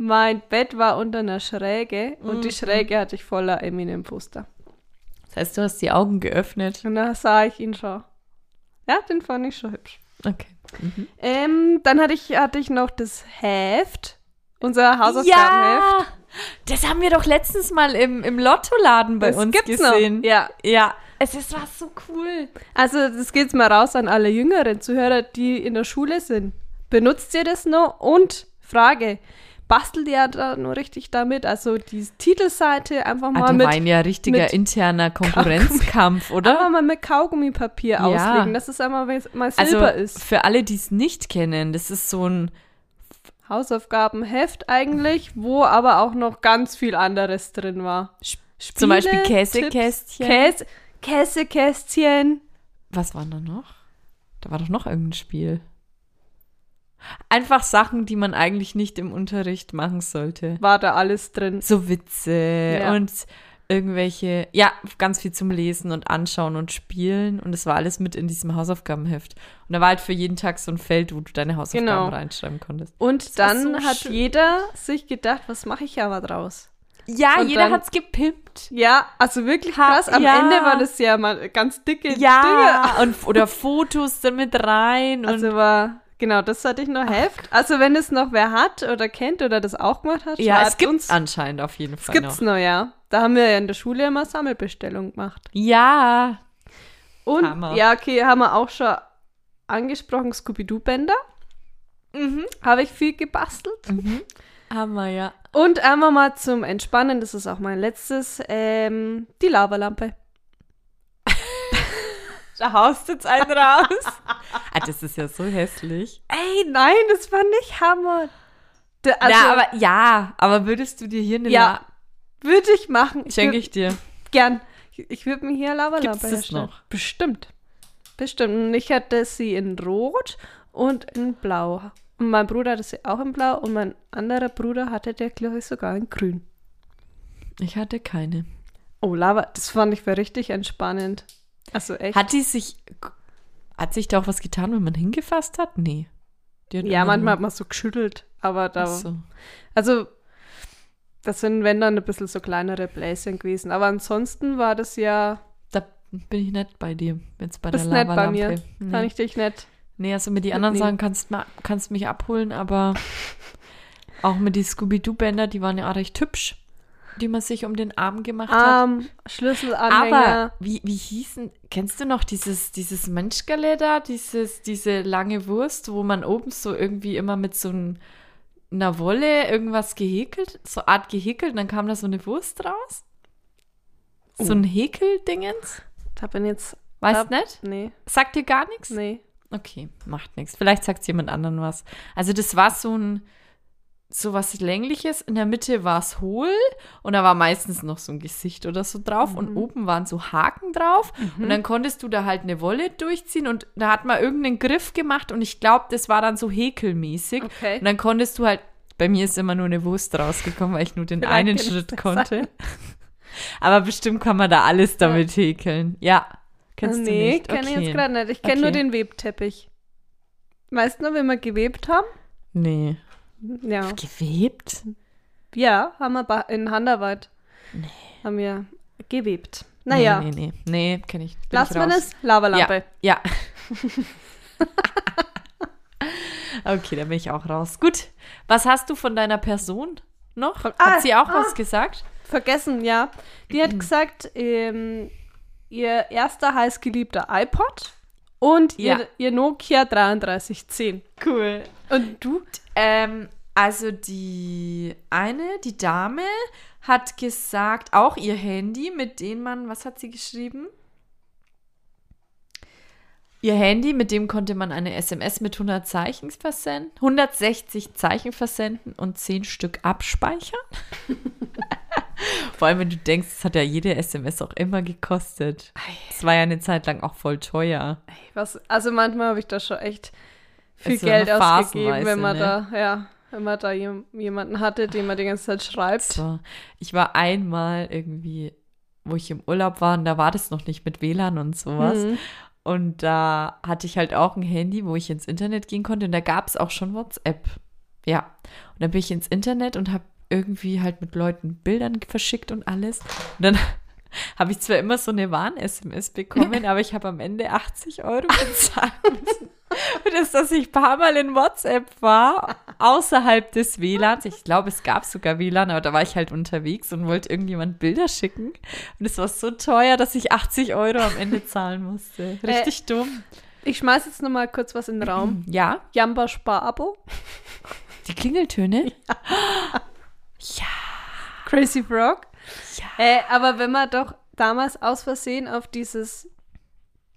Speaker 2: mein Bett war unter einer Schräge und
Speaker 3: Mhm.
Speaker 2: die Schräge hatte ich voller Eminem Poster.
Speaker 3: Das heißt, du hast die Augen geöffnet.
Speaker 2: Und da sah ich ihn schon. Ja, den fand ich schon hübsch.
Speaker 3: Okay.
Speaker 2: Ähm, dann hatte ich hatte ich noch das Heft, unser Hausaufgabenheft.
Speaker 3: Das haben wir doch letztens mal im, im Lottoladen bei
Speaker 2: das
Speaker 3: uns
Speaker 2: gibt's
Speaker 3: gesehen.
Speaker 2: noch. Ja,
Speaker 3: Ja, es ist, war so cool.
Speaker 2: also das geht's mal raus an alle jüngeren Zuhörer, die in der Schule sind. Benutzt ihr das noch? Und Frage, bastelt ihr da nur richtig damit? Also die Titelseite einfach mal
Speaker 3: Ah, da
Speaker 2: mit
Speaker 3: war ein ja richtiger
Speaker 2: mit
Speaker 3: interner Konkurrenzkampf,
Speaker 2: Einfach
Speaker 3: oder?
Speaker 2: mal mit Kaugummipapier
Speaker 3: Ja.
Speaker 2: auslegen, dass es einmal wenn's mal
Speaker 3: Also
Speaker 2: Silber ist.
Speaker 3: für alle, die es nicht kennen, das ist so ein,
Speaker 2: Hausaufgabenheft eigentlich, wo aber auch noch ganz viel anderes drin war. Spiele,
Speaker 3: zum Beispiel
Speaker 2: Tipps,
Speaker 3: Käsekästchen.
Speaker 2: Käse, Käsekästchen.
Speaker 3: Was war da noch? Da war doch noch irgendein Spiel. Einfach Sachen, die man eigentlich nicht im Unterricht machen sollte.
Speaker 2: War da alles drin.
Speaker 3: So Witze
Speaker 2: Ja.
Speaker 3: und irgendwelche, ja, ganz viel zum Lesen und Anschauen und Spielen. Und es war alles mit in diesem Hausaufgabenheft. Und da war halt für jeden Tag so ein Feld, wo du deine Hausaufgaben
Speaker 2: Genau.
Speaker 3: reinschreiben konntest.
Speaker 2: Und
Speaker 3: war
Speaker 2: dann
Speaker 3: so
Speaker 2: hat
Speaker 3: schön.
Speaker 2: jeder sich gedacht, was mache ich aber draus?
Speaker 3: Ja,
Speaker 2: Und
Speaker 3: jeder
Speaker 2: dann-
Speaker 3: hat's gepimpt.
Speaker 2: Ja, also wirklich
Speaker 3: Ha-
Speaker 2: krass. Am
Speaker 3: ja.
Speaker 2: Ende war das ja mal ganz dicke Dinge.
Speaker 3: Ja, und, oder Fotos dann mit rein. Und
Speaker 2: Also war, genau, das hatte ich noch Heft. Also wenn es noch wer hat oder kennt oder das auch gemacht hat,
Speaker 3: ja, es
Speaker 2: schreibt
Speaker 3: gibt
Speaker 2: uns.
Speaker 3: anscheinend auf jeden
Speaker 2: Das
Speaker 3: Fall
Speaker 2: gibt's
Speaker 3: noch.
Speaker 2: noch, ja. Da haben wir ja in der Schule immer Sammelbestellung gemacht.
Speaker 3: Ja,
Speaker 2: Und
Speaker 3: Hammer.
Speaker 2: ja, okay, haben wir auch schon angesprochen, Scooby-Doo-Bänder.
Speaker 3: Mhm.
Speaker 2: Habe ich viel gebastelt.
Speaker 3: Hammer, ja.
Speaker 2: Und einmal mal zum Entspannen, das ist auch mein letztes, ähm, die Lavalampe.
Speaker 3: Da haust jetzt einen raus. ah, das ist ja so hässlich.
Speaker 2: Ey, nein, das fand ich Hammer. Da, also,
Speaker 3: ja, aber, ja, aber würdest du dir hier eine
Speaker 2: ja, würde ich machen.
Speaker 3: La schenke
Speaker 2: würd
Speaker 3: ich dir?
Speaker 2: Gern. Ich, ich würde mir hier eine Lavalampe
Speaker 3: Gibt's das
Speaker 2: herstellen.
Speaker 3: noch?
Speaker 2: Bestimmt. Bestimmt. Und ich hatte sie in Rot und in Blau. Und mein Bruder hatte sie auch in Blau und mein anderer Bruder hatte der, glaube ich, sogar in Grün.
Speaker 3: Ich hatte keine.
Speaker 2: Oh, Lava, das fand ich war richtig entspannend. Also echt.
Speaker 3: Hat die sich, hat sich da auch was getan, wenn man hingefasst hat? Nee. Die hat
Speaker 2: ja,
Speaker 3: immer
Speaker 2: manchmal hat
Speaker 3: nur-
Speaker 2: man so geschüttelt, aber da.
Speaker 3: Ach so.
Speaker 2: Also, das sind, wenn dann, ein bisschen so kleinere Bläschen gewesen. Aber ansonsten war das ja.
Speaker 3: Da bin ich nicht bei dir. Jetzt bei
Speaker 2: Bist
Speaker 3: der
Speaker 2: nett bei
Speaker 3: Lavalampe.
Speaker 2: mir.
Speaker 3: Nee.
Speaker 2: Kann ich dich nicht.
Speaker 3: Nee, also mit die anderen
Speaker 2: Mitnehmen.
Speaker 3: Sachen kannst, ma- kannst mich abholen, aber auch mit die Scooby-Doo-Bänder, die waren ja auch recht hübsch. die man sich um den Arm gemacht hat.
Speaker 2: Arm, Ähm, Schlüsselanhänger.
Speaker 3: Aber wie, wie hießen, kennst du noch dieses, dieses Mönschgale da, dieses, diese lange Wurst, wo man oben so irgendwie immer mit so ein, einer Wolle irgendwas gehäkelt, so Art gehäkelt, und dann kam da so eine Wurst raus? So ein Häkeldingens?
Speaker 2: da bin jetzt.
Speaker 3: Weißt
Speaker 2: da,
Speaker 3: nicht?
Speaker 2: Nee,
Speaker 3: Sagt dir gar nichts?
Speaker 2: nee.
Speaker 3: Okay, macht nichts. Vielleicht sagt jemand anderen was. Also das war so ein so was längliches, in der Mitte war es hohl und da war meistens noch so ein Gesicht oder so drauf
Speaker 2: Mhm.
Speaker 3: und oben waren so Haken drauf und dann konntest du da halt eine Wolle durchziehen und da hat man irgendeinen Griff gemacht und ich glaube, das war dann so häkelmäßig
Speaker 2: Okay.
Speaker 3: und dann konntest du halt, bei mir ist immer nur eine Wurst rausgekommen, weil ich nur den
Speaker 2: Vielleicht
Speaker 3: einen
Speaker 2: kann
Speaker 3: Schritt
Speaker 2: das
Speaker 3: konnte. Aber bestimmt kann man da alles damit häkeln. Ja, kennst du
Speaker 2: nee,
Speaker 3: nicht?
Speaker 2: kenne ich jetzt
Speaker 3: Okay.
Speaker 2: gerade nicht. Ich kenne nur
Speaker 3: Okay.
Speaker 2: den Webteppich. Weißt du noch, wenn wir gewebt haben?
Speaker 3: Nee.
Speaker 2: Ja.
Speaker 3: Gewebt?
Speaker 2: Ja, haben wir ba- in Handarbeit. Haben wir gewebt. Naja,
Speaker 3: Nee, nee, nee, nee kenne ich. bin
Speaker 2: lassen
Speaker 3: ich
Speaker 2: wir
Speaker 3: raus.
Speaker 2: das. Lavalampe.
Speaker 3: Ja. okay, da bin ich auch raus. Gut. Was hast du von deiner Person noch? Hat
Speaker 2: Ah,
Speaker 3: sie auch
Speaker 2: ah.
Speaker 3: was gesagt?
Speaker 2: Vergessen, ja. Die
Speaker 3: Mhm.
Speaker 2: hat gesagt, ähm, ihr erster heißgeliebter iPod und
Speaker 3: Ja.
Speaker 2: ihr, ihr Nokia 3310.
Speaker 3: Cool.
Speaker 2: Und du?
Speaker 3: Ähm, also die eine, die Dame, hat gesagt, auch ihr Handy, mit dem man, was hat sie geschrieben? Ihr Handy, mit dem konnte man eine SMS mit 100 Zeichen versenden, 160 Zeichen versenden und 10 Stück abspeichern. Vor allem, wenn du denkst, das hat ja jede SMS auch immer gekostet. Es war ja eine Zeit lang auch voll teuer.
Speaker 2: Was, also manchmal habe ich da schon echt viel
Speaker 3: Also
Speaker 2: Geld ausgegeben,
Speaker 3: phasenweise,
Speaker 2: wenn man
Speaker 3: ne?
Speaker 2: da, ja, wenn man da jem- jemanden hatte, den man die ganze Zeit schreibt.
Speaker 3: So. Ich war einmal irgendwie, wo ich im Urlaub war und da war das noch nicht mit WLAN und sowas.
Speaker 2: Mhm.
Speaker 3: Und da hatte ich halt auch ein Handy, wo ich ins Internet gehen konnte und da gab es auch schon WhatsApp. Ja. Und dann bin ich ins Internet und habe irgendwie halt mit Leuten Bildern verschickt und alles. Und dann habe ich zwar immer so eine Warn-SMS bekommen, aber ich habe am Ende 80 Euro bezahlt. Für das, dass ich ein paar Mal in WhatsApp war, außerhalb des WLANs. Ich glaube, es gab sogar WLAN, aber da war ich halt unterwegs und wollte irgendjemand Bilder schicken. Und es war so teuer, dass ich 80 Euro am Ende zahlen musste.
Speaker 2: Äh,
Speaker 3: Richtig dumm.
Speaker 2: Ich schmeiß jetzt noch mal kurz was in den Raum.
Speaker 3: Ja,
Speaker 2: Jamba Sparabo,
Speaker 3: die Klingeltöne.
Speaker 2: Crazy Frog.
Speaker 3: Ja.
Speaker 2: Äh, aber wenn man doch damals aus Versehen auf dieses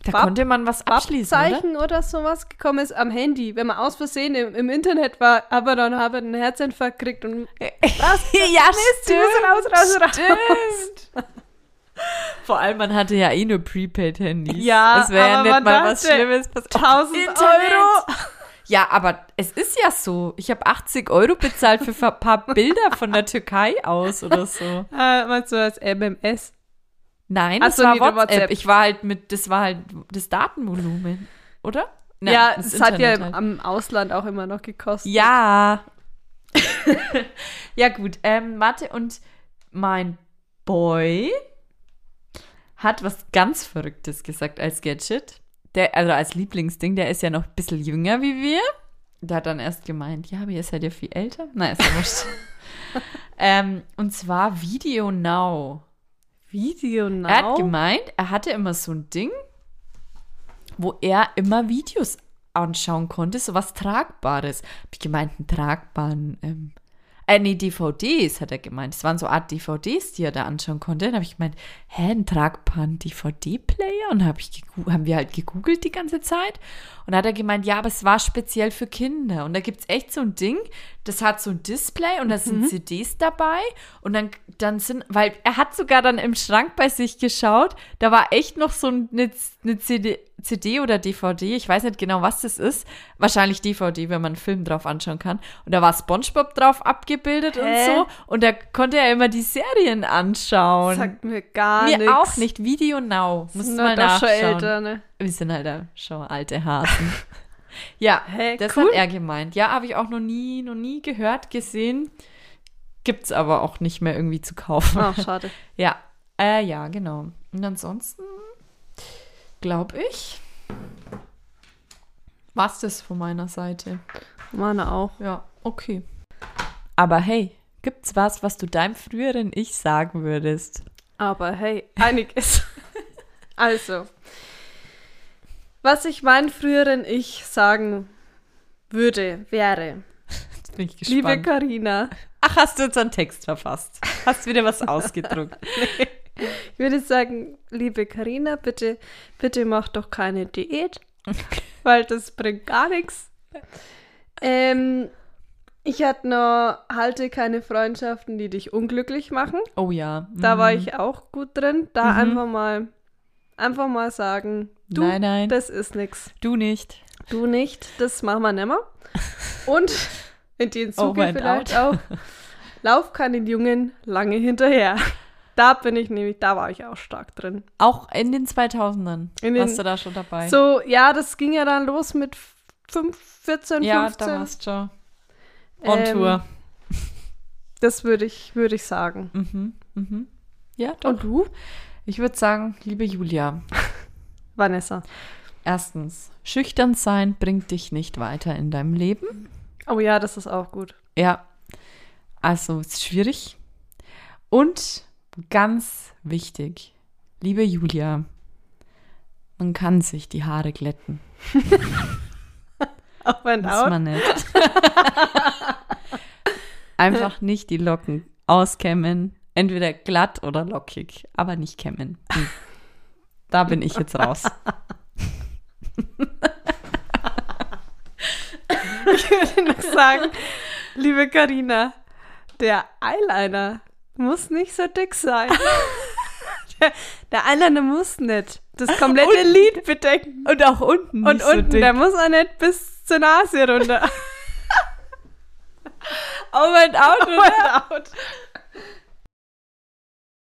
Speaker 3: Da
Speaker 2: Bab-
Speaker 3: konnte man was abschließen, oder?
Speaker 2: Zeichen oder? sowas gekommen ist am Handy, wenn man aus Versehen im, im Internet war, aber dann habe ich einen Herzinfarkt gekriegt und
Speaker 3: Äh, ja,
Speaker 2: sie müssen raus, raus, raus.
Speaker 3: Stimmt. Vor allem, man hatte ja eh nur Prepaid-Handys.
Speaker 2: Ja,
Speaker 3: es wäre ja
Speaker 2: aber
Speaker 3: nicht
Speaker 2: man
Speaker 3: mal was
Speaker 2: dachte,
Speaker 3: Schlimmes passiert.
Speaker 2: 1000 Euro.
Speaker 3: Ja, aber es ist ja so. Ich habe 80 Euro bezahlt für ein paar Bilder von der Türkei aus oder so.
Speaker 2: Äh, meinst du als MMS?
Speaker 3: Nein,
Speaker 2: Ach
Speaker 3: das
Speaker 2: so,
Speaker 3: war
Speaker 2: nee, du
Speaker 3: WhatsApp.
Speaker 2: WhatsApp.
Speaker 3: Ich war halt mit, das war halt das Datenvolumen, oder? Nein,
Speaker 2: ja,
Speaker 3: das
Speaker 2: es hat ja
Speaker 3: Internet
Speaker 2: im,
Speaker 3: halt.
Speaker 2: am Ausland auch immer noch gekostet.
Speaker 3: Ja. ja, gut. Ähm, Mathe und mein Boy hat was ganz Verrücktes gesagt als Gadget. Der, also als Lieblingsding, der ist ja noch ein bisschen jünger wie wir. Der hat dann erst gemeint, ja, aber ihr seid ja viel älter. Na, ist ja wurscht. ähm, und zwar Video Now.
Speaker 2: Video Now.
Speaker 3: Er hat gemeint, er hatte immer so ein Ding, wo er immer Videos anschauen konnte, so was Tragbares. Hab ich gemeint, einen tragbaren, ähm, äh, nee, DVDs hat er gemeint. Es waren so Art DVDs, die er da anschauen konnte. Dann habe ich gemeint, hä, einen tragbaren DVD-Player? Und hab ich gegoo- haben wir halt gegoogelt die ganze Zeit. Und dann hat er gemeint, ja, aber es war speziell für Kinder. Und da gibt es echt so ein Ding, das hat so ein Display und da sind CDs dabei. Und dann, dann sind, weil er hat sogar dann im Schrank bei sich geschaut, da war echt noch so eine, eine CD, CD oder DVD, ich weiß nicht genau, was das ist. Wahrscheinlich DVD, wenn man einen Film drauf anschauen kann. Und da war SpongeBob drauf abgebildet
Speaker 2: Hä?
Speaker 3: und so. Und da konnte er immer die Serien anschauen.
Speaker 2: Sagt mir gar
Speaker 3: Mir
Speaker 2: nichts.
Speaker 3: auch nicht. Video Now. Muss
Speaker 2: Sind wir
Speaker 3: mal
Speaker 2: doch schon
Speaker 3: nachschauen.
Speaker 2: älter, ne?
Speaker 3: Wir sind halt da schon alte Hasen. ja,
Speaker 2: Hey,
Speaker 3: das
Speaker 2: cool.
Speaker 3: hat er gemeint. Ja, habe ich auch noch nie, noch nie gehört, gesehen. Gibt's aber auch nicht mehr irgendwie zu kaufen.
Speaker 2: Ach, schade.
Speaker 3: Ja, äh, ja, genau. Und ansonsten glaube ich, war's das von meiner Seite.
Speaker 2: Meine auch.
Speaker 3: Ja, okay. Aber hey, Gibt's was, was du deinem früheren Ich sagen würdest?
Speaker 2: Aber hey, einiges. also, was ich meinem früheren Ich sagen würde, wäre,
Speaker 3: Jetzt bin ich
Speaker 2: liebe
Speaker 3: gespannt.
Speaker 2: Karina,
Speaker 3: Ach, hast du jetzt einen Text verfasst? Hast wieder was ausgedruckt?
Speaker 2: ich würde sagen, liebe Karina, bitte, bitte mach doch keine Diät, weil das bringt gar nichts. Ähm, ich hatte noch, halte keine Freundschaften, die dich unglücklich machen.
Speaker 3: Oh ja.
Speaker 2: Da war
Speaker 3: Mhm.
Speaker 2: ich auch gut drin. Da einfach mal, einfach mal sagen, du,
Speaker 3: Nein, nein.
Speaker 2: das ist nix.
Speaker 3: Du nicht.
Speaker 2: Du nicht, das machen wir nimmer. Und in den
Speaker 3: Over
Speaker 2: Zuge
Speaker 3: and
Speaker 2: vielleicht auch, lauf keinen Jungen lange hinterher. Da bin ich nämlich, da war ich auch stark drin.
Speaker 3: Auch in den 2000ern
Speaker 2: In den-
Speaker 3: warst du da schon dabei.
Speaker 2: So, ja, das ging ja dann los mit 5, 14,
Speaker 3: ja,
Speaker 2: 15.
Speaker 3: da warst du schon on
Speaker 2: Ähm,
Speaker 3: Tour.
Speaker 2: Das würde ich, würde ich sagen.
Speaker 3: Mhm. Mhm. Ja, doch.
Speaker 2: Und du?
Speaker 3: Ich würde sagen, liebe Julia,
Speaker 2: Vanessa.
Speaker 3: erstens, schüchtern sein bringt dich nicht weiter in deinem Leben.
Speaker 2: Oh ja, das ist auch gut.
Speaker 3: Ja, also ist schwierig. Und ganz wichtig, liebe Julia, man kann sich die Haare glätten.
Speaker 2: Auch wenn
Speaker 3: Muss
Speaker 2: auch.
Speaker 3: man nicht. Einfach nicht die Locken auskämmen. Entweder glatt oder lockig, aber nicht kämmen. Hm. Da bin ich jetzt raus.
Speaker 2: noch sagen, liebe Karina, der Eyeliner muss nicht so dick sein. der, der Eyeliner muss nicht das komplette
Speaker 3: unten.
Speaker 2: Lid bedecken.
Speaker 3: Und auch unten.
Speaker 2: Und unten, der muss auch nicht bis zur Nase runter.
Speaker 3: Over and out,
Speaker 2: Oh Over and out.